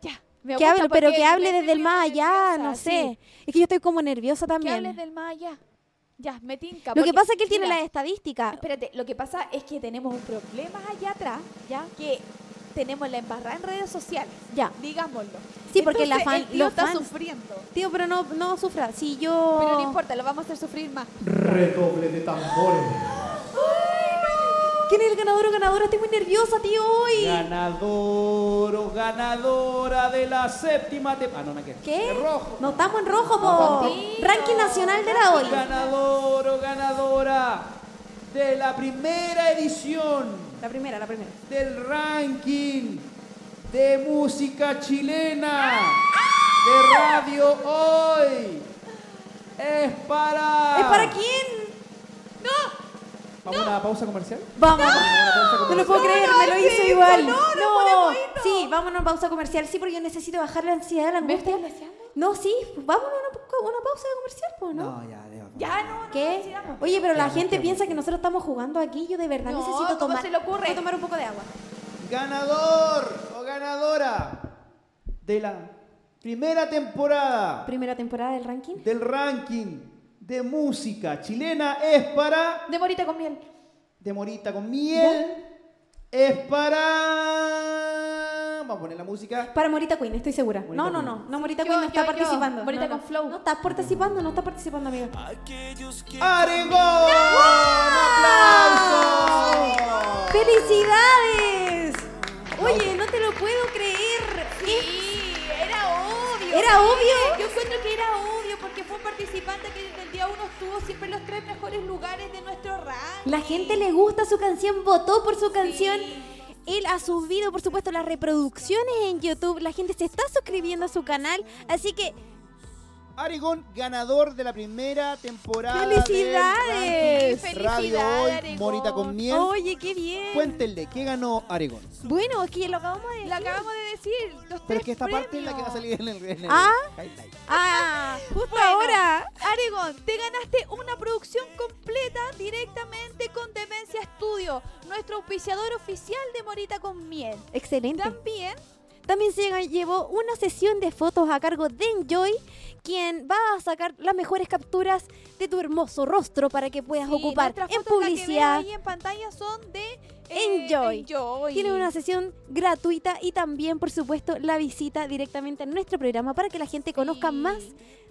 Ya. Me que gusta hable, pero porque que hable me desde el estoy más viendo allá, nerviosa, no sí. sé. Es que yo estoy como nerviosa Que también. hables del más allá. Ya, me tinca. Lo que Ah, porque- pasa es que él tiene mira, las estadísticas. Espérate, lo que pasa es que tenemos un problema allá atrás, ya que tenemos la embarrada en redes sociales, Ya. digámoslo. Sí, porque la Entonces, fan- el tío los está fans- Oh. sufriendo. Tío, pero no, no sufra. Si Pero no yo. importa, lo vamos a hacer sufrir más. Redoble de tambores. ¿Quién es el ganador o ganadora? Estoy muy nerviosa, tío, hoy. Ganador o ganadora de la séptima temporada. Ah, no, no queda. ¿Qué? De rojo. No estamos en rojo, po. Ranking nacional de la hoy. Ganador o ganadora de la primera edición La primera, la primera. del ranking de música chilena de Radio Hoy es para... ¿Es para quién? ¿Vamos a una pausa comercial? Vamos. Una pausa No lo puedo comercial. creer, me lo hizo hizo, igual. no, No, no podemos Sí, vámonos a pausa comercial. Sí, porque yo necesito bajar la ansiedad, la ¿Me angustia. estás deseando? No, sí, vámonos a una, pa- una pausa comercial, pues, ¿no? No, ya, Leo, no. Ya no, no ¿Qué? decidamos. Oye, pero la Vamos, gente vamos. piensa que nosotros estamos jugando aquí. Yo de verdad No, necesito ¿cómo tomar. se le ocurre? Voy a tomar un poco de agua. Ganador o ganadora de la primera temporada Primera temporada del ranking. del ranking de música chilena es para... De morita con miel. de morita con miel es para. Vamos a poner la música. Para Morita Queen, estoy segura. Morita no, no, Queen. no, no, Morita Yo, Queen no yo, está yo. participando. Morita No, no. con flow. No está participando, no está participando, amiga. ¡Arengón! ¡Un aplauso! ¡Felicidades! Oye, no te lo puedo creer. Ah. Sí, era obvio. ¿Era obvio? Yo encuentro que era obvio porque fue un participante que desde el día uno estuvo siempre en los tres mejores lugares de nuestro ranking. La gente le gusta su canción, votó por su canción. Él ha subido, por supuesto, las reproducciones en YouTube. La gente se está suscribiendo a su canal. Así que, Arengón, ganador de la primera temporada. ¡Felicidades! Del ranking Radio ¡Felicidades, hoy, Arengón! Morita con miel. oye, qué bien. Cuéntenle, ¿qué ganó Arengón? Bueno, es que lo acabamos de Lo decir. acabamos de decir. Los Pero tres es que esta parte es la que va a premios. salir en el. en el Ah. highlight. Ah, justo Bueno. ahora. Aregón, te ganaste una producción completa directamente con Demencia Studio, nuestro auspiciador oficial de Morita con Miel. Excelente. También También se lle- llevó una sesión de fotos a cargo de Enjoy, quien va a sacar las mejores capturas de tu hermoso rostro para que puedas sí, ocupar nuestras en fotos, la que veo publicidad. ahí en pantalla son de eh, Enjoy. Enjoy. Tiene una sesión gratuita y también, por supuesto, la visita directamente a nuestro programa para que la gente conozca Sí. más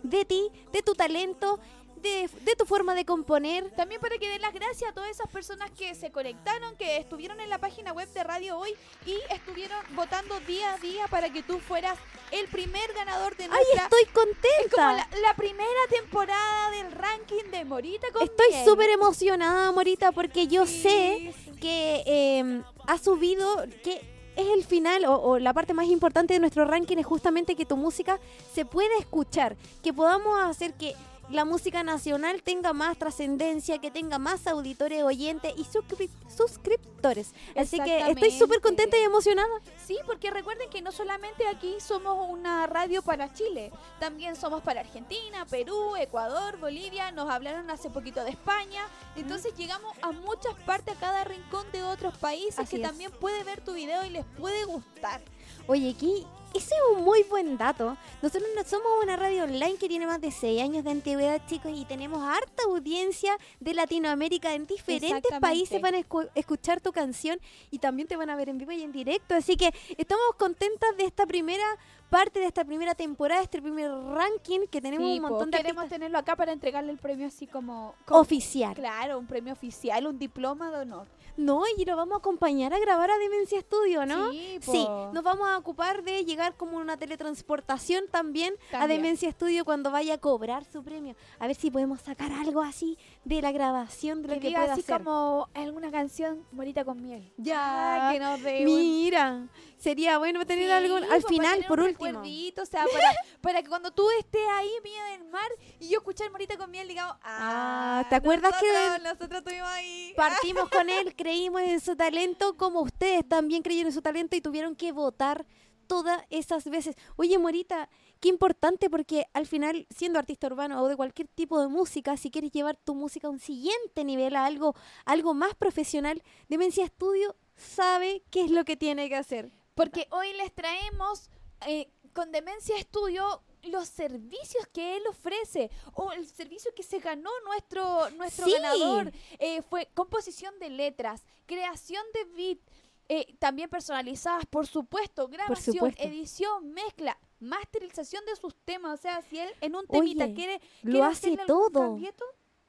de ti, de tu talento, de, de tu forma de componer. También para que den las gracias a todas esas personas que se conectaron, que estuvieron en la página web de Radio Hoy y estuvieron votando día a día para que tú fueras el primer ganador de ¡Ay, nuestra estoy como contenta! la, la primera temporada del ranking de Morita con Estoy Miel. súper emocionada, Morita, porque yo Sí, sé sí. que eh, ha subido, que es el final o, o la parte más importante de nuestro ranking es justamente que tu música se pueda escuchar, que podamos hacer que la música nacional tenga más trascendencia, que tenga más auditores, oyentes y suscri- suscriptores. Así que estoy súper contenta y emocionada. Sí, porque recuerden que no solamente aquí somos una radio para Chile, también somos para Argentina, Perú, Ecuador, Bolivia, nos hablaron hace poquito de España, entonces llegamos a muchas partes, a cada rincón de otros países Así que es. también puede ver tu video y les puede gustar. Oye, aquí, ese es un muy buen dato. Nosotros no somos una radio online que tiene más de 6 años de antigüedad, chicos, y tenemos harta audiencia de Latinoamérica. En diferentes Exactamente. países van a escu- escuchar tu canción y también te van a ver en vivo y en directo. Así que estamos contentas de esta primera parte, de esta primera temporada, de este primer ranking que tenemos Sí, un po, montón de queremos artistas tenerlo acá para entregarle el premio así como... como- oficial. Claro, un premio oficial, un diploma de honor. No, y lo vamos a acompañar a grabar a Demencia Studio, ¿no? Sí, po. Sí, nos vamos a ocupar de llegar como una teletransportación también, a También. Demencia Studio cuando vaya a cobrar su premio. A ver si podemos sacar algo así de la grabación de lo que que, diga pueda así hacer. como alguna canción bonita con miel. Ya, Ah, que nos dé un- Mira, sería bueno tener Sí, algo pues, al para final, tener por un último. recuerdito, o sea, para, para que cuando tú estés ahí, mía del mar, y yo escuchar Morita con miel, digamos, ah, Ah, ¿te acuerdas que- nosotros- Nosotros estuvimos ahí. Partimos con él, creímos en su talento, como ustedes también creyeron en su talento y tuvieron que votar todas esas veces. Oye, Morita, qué importante porque al final, siendo artista urbano o de cualquier tipo de música, si quieres llevar tu música a un siguiente nivel, a algo, algo más profesional, Demencia Studio sabe qué es lo que tiene que hacer. Porque hoy les traemos eh, con Demencia Estudio los servicios que él ofrece o el servicio que se ganó nuestro nuestro Sí. ganador eh, fue composición de letras, creación de beat, eh, también personalizadas, por supuesto, grabación, supuesto. edición, mezcla, masterización de sus temas, o sea, si él en un Oye, temita quiere lo quiere hace hacerle algún todo. cambiito,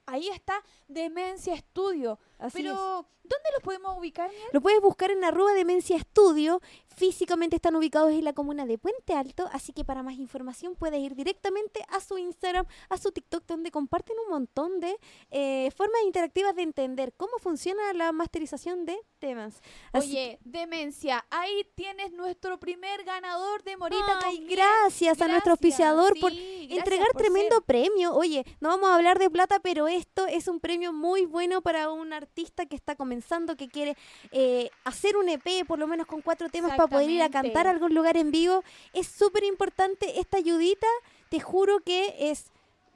ahí está Demencia Estudio. Así Pero, es. ¿dónde los podemos ubicar, Miel? Lo puedes buscar en arroba demencia estudio. Físicamente están ubicados en la comuna de Puente Alto, así que para más información puedes ir directamente a su Instagram, a su TikTok, donde comparten un montón de eh, formas interactivas de entender cómo funciona la masterización de temas. Así Oye, Demencia, ahí tienes nuestro primer ganador de Morita Ay, con miel. gracias a nuestro auspiciador por sí, gracias entregar por tremendo ser. premio. Oye, no vamos a hablar de plata, pero esto es un premio muy bueno para un artista que está comenzando, que quiere eh, hacer un EP, por lo menos con cuatro temas, para poder ir a Exactamente. cantar a algún lugar en vivo. Es súper importante esta ayudita, te juro que es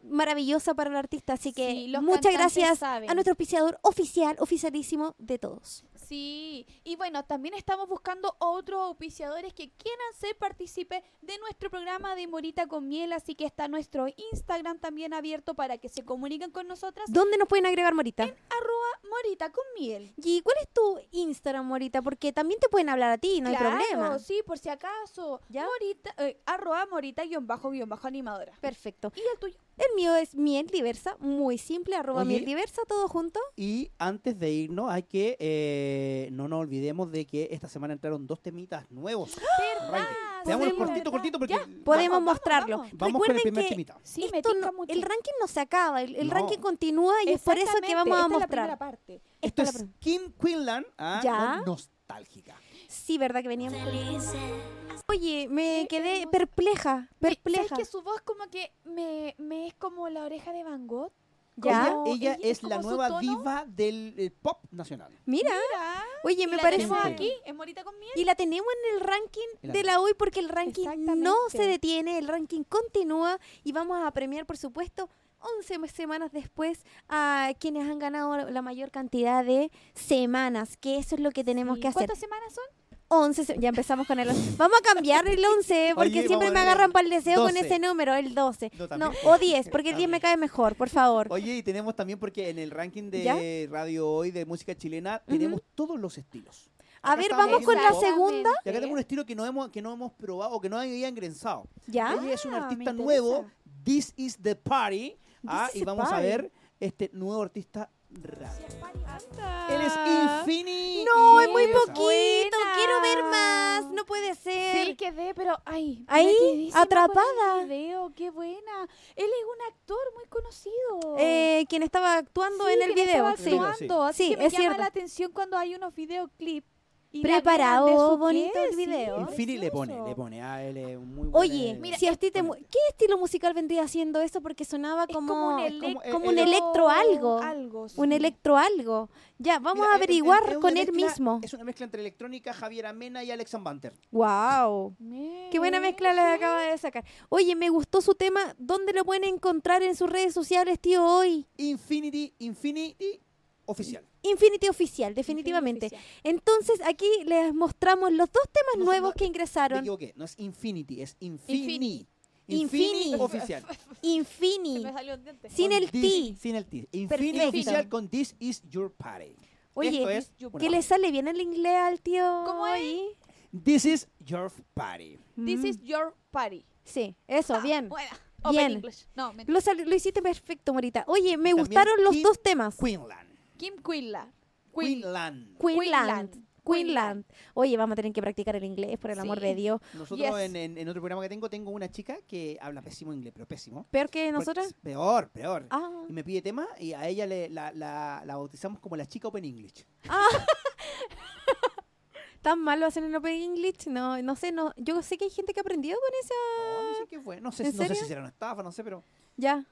maravillosa para el artista. Así que Sí, los muchas cantantes gracias saben. a nuestro auspiciador oficial, oficialísimo de todos. Sí, y bueno, también estamos buscando otros auspiciadores que quieran ser partícipes de nuestro programa de Morita con Miel, así que está nuestro Instagram también abierto para que se comuniquen con nosotras, ¿Dónde nos pueden agregar, Morita? arroba Morita con Miel. ¿Y cuál es tu Instagram, Morita? Porque también te pueden hablar a ti, no Claro, hay problema. sí, por si acaso, ¿Ya? Morita, eh, arroba Morita guión bajo guión bajo animadora. Perfecto. ¿Y el tuyo? El mío es miel diversa, muy simple, arroba Oye. miel diversa, todo junto. Y antes de irnos, hay que eh, no nos olvidemos de que esta semana entraron dos temitas nuevos. Raide, Veámoslo Podemos- cortito, cortito, porque Ya, Podemos vamos, mostrarlo. vamos. vamos con el Recuerden primer que temita. Sí, me esto tinca no- mucho. el ranking no se acaba, el, el No. ranking continúa y es por eso que vamos a Exactamente, esta es la mostrar. primera parte. Eh, Esta Esto es es la Kim Quinlan, ah, Ya. con nostálgica. Sí, verdad que veníamos. Oye, me quedé perpleja, Me- perpleja. ¿Sabes que su voz como que me, me es como la oreja de Van Gogh? Ya, Oh, como- Ella ella- es como la su nueva tono. diva del eh, pop nacional. mira. Mira, Oye, y Ah, me la parece tenemos Sí. aquí, en Morita con Miel. Y la tenemos en el ranking Y la de la UI porque el ranking no se Exactamente. detiene, el ranking continúa y vamos a premiar, por supuesto, 11 mes- semanas después a quienes han ganado la mayor cantidad de semanas, que eso es lo que tenemos ¿Y que hacer. ¿Cuántas semanas son? 11, se- ya empezamos con el 11. Vamos a cambiar el 11 porque Oye, siempre vamos me a ver. agarran para el deseo con 12. ese número, el 12. No, No, también. o 10, porque el 10 me cae mejor, por favor. Oye, y tenemos también, porque en el ranking de ¿Ya? Radio Hoy de música chilena, tenemos todos los estilos. A acá ver, estamos vamos con la viendo- segunda. Y acá tenemos un estilo que no hemos, que no hemos probado o que no había ingresado. Ya. Ella es un Ah, artista me nuevo. interesa. This is the party. Ah, is y the vamos a party. ver este nuevo artista rap. Él es Ah. Infini. No, y es muy Elsa. poquito. Quiero ver más. No puede ser. Sí, quedé, pero ay, Ahí, metidísima con el atrapada. video, qué buena. Él es un actor muy conocido. Eh, quien estaba actuando Sí, en el que video. estaba Sí. actuando, así Sí, que me es llama cierto. la atención cuando hay unos videoclips. y la miran de Preparado, su bonito qué, el sí, video. Infini le pone, precioso. le pone. Ah, él es un muy buen, Oye, eh, mira, si a ti te mu- ¿qué estilo musical vendría haciendo eso? Porque sonaba Es Ah, como, como un es como- electro- como un electro algo. algo, Un sí. electro algo. Ya, vamos mira, a es- es- averiguar es una con él mezcla- mismo. Es una mezcla entre electrónica, Javier Amena y Alex Banter. Wow. Qué buena Mm. mezcla la acaba de sacar. Oye, me gustó su tema. ¿Dónde lo pueden encontrar en sus redes sociales, tío, hoy? Infinity, Infinity oficial. Infinity Oficial, definitivamente. Entonces, aquí les mostramos los dos temas No, nuevos no, que Me ingresaron. equivoqué, no es Infinity, es Infini. Infini. Infini Infini. oficial. Infini. Me salió un diente. Sin Con el this- ti. Sin el T. Infini Perfecto. oficial con This is your party. Esto Oye, es ¿qué una- le sale bien el inglés al tío? ¿Cómo es? hoy? This is your party. This Mm. is your party. Ah, Sí, eso, bien. Buena. Bien. Open English. No, mentira. Lo, sal- lo hiciste perfecto, Morita. Oye, me También gustaron los Ki- dos temas. Queenland. Kim Quinlan. Quin- Queenland. Queenland. Queenland. Queenland. Oye, vamos a tener que practicar el inglés, por el amor Sí. de Dios. Nosotros Yes. en, en- en otro programa que tengo, tengo una chica que habla pésimo inglés, pero pésimo. ¿Peor que Porque nosotras? es Peor, peor. Ah, Y me pide tema y a ella le, la, la- la bautizamos como la chica Open English. ¿tan mal lo hacen en Open English? No, no sé, no. Yo sé que hay gente que aprendió con esa. Oh, dicen que fue. No sé, Ah. ¿En no sé serio? si será una estafa, no sé, pero Ya.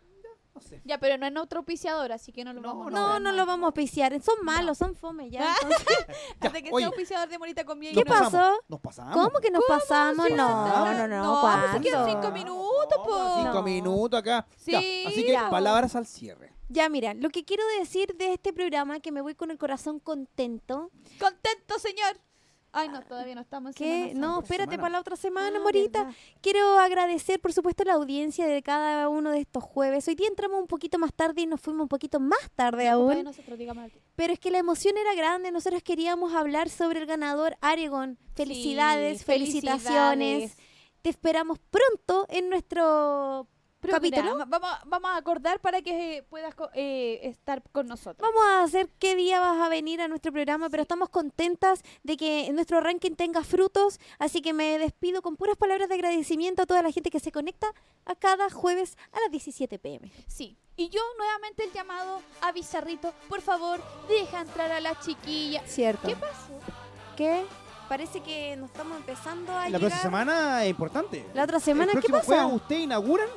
no sé. Ya, pero no es otro auspiciador, así que no lo No, vamos a No, nombrar no más. lo vamos a auspiciar. Son malos, son fome Ah, ya. entonces- Ya, Hasta que oye, sea auspiciador de Morita con miel. ¿Qué nos pasamos, pasó? Nos pasamos. ¿Cómo que nos pasamos? sí, No, no, no, no. no, pues ¿cuándo? si quedan cinco minutos, po. Cinco No. minutos acá. Ya, Sí, así que ya. palabras al cierre. Ya, mira, lo que quiero decir de este programa, que me voy con el corazón contento, Contento, señor. Ay, no, todavía no estamos en que Semana no, Santa. espérate semana. para la otra semana, Ah, Morita. verdad. Quiero agradecer, por supuesto, la audiencia de cada uno de estos jueves. Hoy día entramos un poquito más tarde y nos fuimos un poquito más tarde Culpa de aún. nosotros, digamos al- Pero es que la emoción era grande. Nosotros queríamos hablar sobre el ganador Aregon. Felicidades, Sí, felicitaciones. felicidades. Te esperamos pronto en nuestro programa. ¿Capítulo? Vamos, a- vamos a acordar para que eh, puedas co- eh, estar con nosotros. Vamos a hacer qué día vas a venir a nuestro programa, pero estamos contentas de que nuestro ranking tenga frutos, así que me despido con puras palabras de agradecimiento a toda la gente que se conecta a cada jueves a las 17 pm. Sí. Y yo nuevamente el llamado a Bizarrito, por favor, deja entrar a la chiquilla. Cierto. ¿Qué pasó? ¿Qué? Parece que nos estamos empezando a La llegar. próxima semana es importante. La otra semana, El ¿qué próximo pasa? jueves ustedes inauguran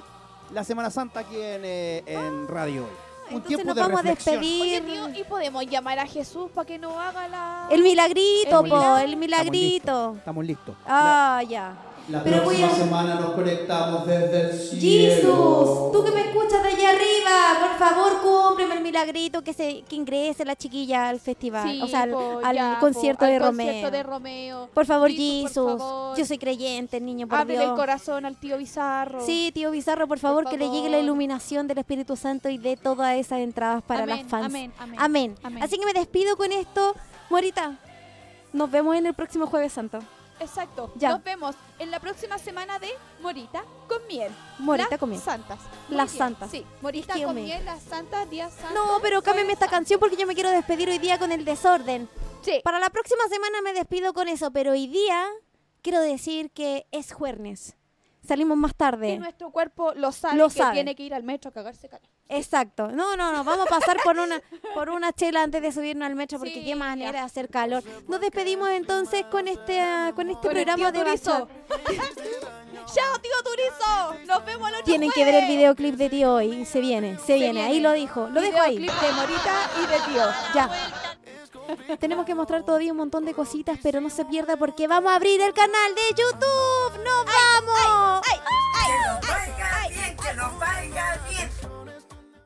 la Semana Santa aquí en, eh, en Radio Hoy. Un Ah, Entonces tiempo nos de vamos a reflexión. Oye, despedir. tío, y podemos llamar a Jesús para que no haga la... El milagrito, Estamos po, listos, el milagrito. Estamos listos. Ah, ya. La Pero voy próxima a- semana nos conectamos desde el cielo. Jesús, tú que me escuchas de allá arriba, por favor, cómpreme el milagrito que se que ingrese la chiquilla al festival, Sí, o sea, al, po, al ya, po, concierto, al de concierto Romeo. de Romeo. Por favor, Jesus, por Jesús, favor. yo soy creyente, niño, por Ábrele el Dios. corazón al tío Bizarro. Sí, tío Bizarro, por favor, que le llegue la favor. iluminación del Espíritu Santo y dé todas esas entradas para Amén, las fans. amén, amén, amén. Así que me despido con esto. Morita, nos vemos en el próximo Jueves Santo. Exacto. Ya. Nos vemos en la próxima semana de Morita con miel. Morita Las con miel. Santas. Muy Las bien. santas. Sí, Morita que con me- miel, las santas, días santos. No, pero cámbiame jueves esta santo. canción porque yo me quiero despedir hoy día con el desorden. Sí. Para la próxima semana me despido con eso, pero hoy día quiero decir que es jueves. Salimos más Y tarde. nuestro cuerpo lo sabe Lo que sabe. tiene que ir al metro a cagarse cara. Exacto. No, no, no. Vamos a pasar por una, por una chela antes de subirnos al metro porque Sí, qué manera de ya. hacer calor. Nos despedimos entonces con este, ah, con este Con el programa tío de Turizo. Bachata. ¡Chao, tío Turizo! ¡Nos vemos el otro Tienen que ver el jueves. videoclip de tío hoy. Se viene, se, viene. Ahí viene. lo dijo. Lo dejo ahí. Videoclip de Morita y de tío. Ya. Tenemos que mostrar todavía un montón de cositas, pero no se pierda porque vamos a abrir el canal de YouTube. ¡Nos vamos! ¡Ay, ay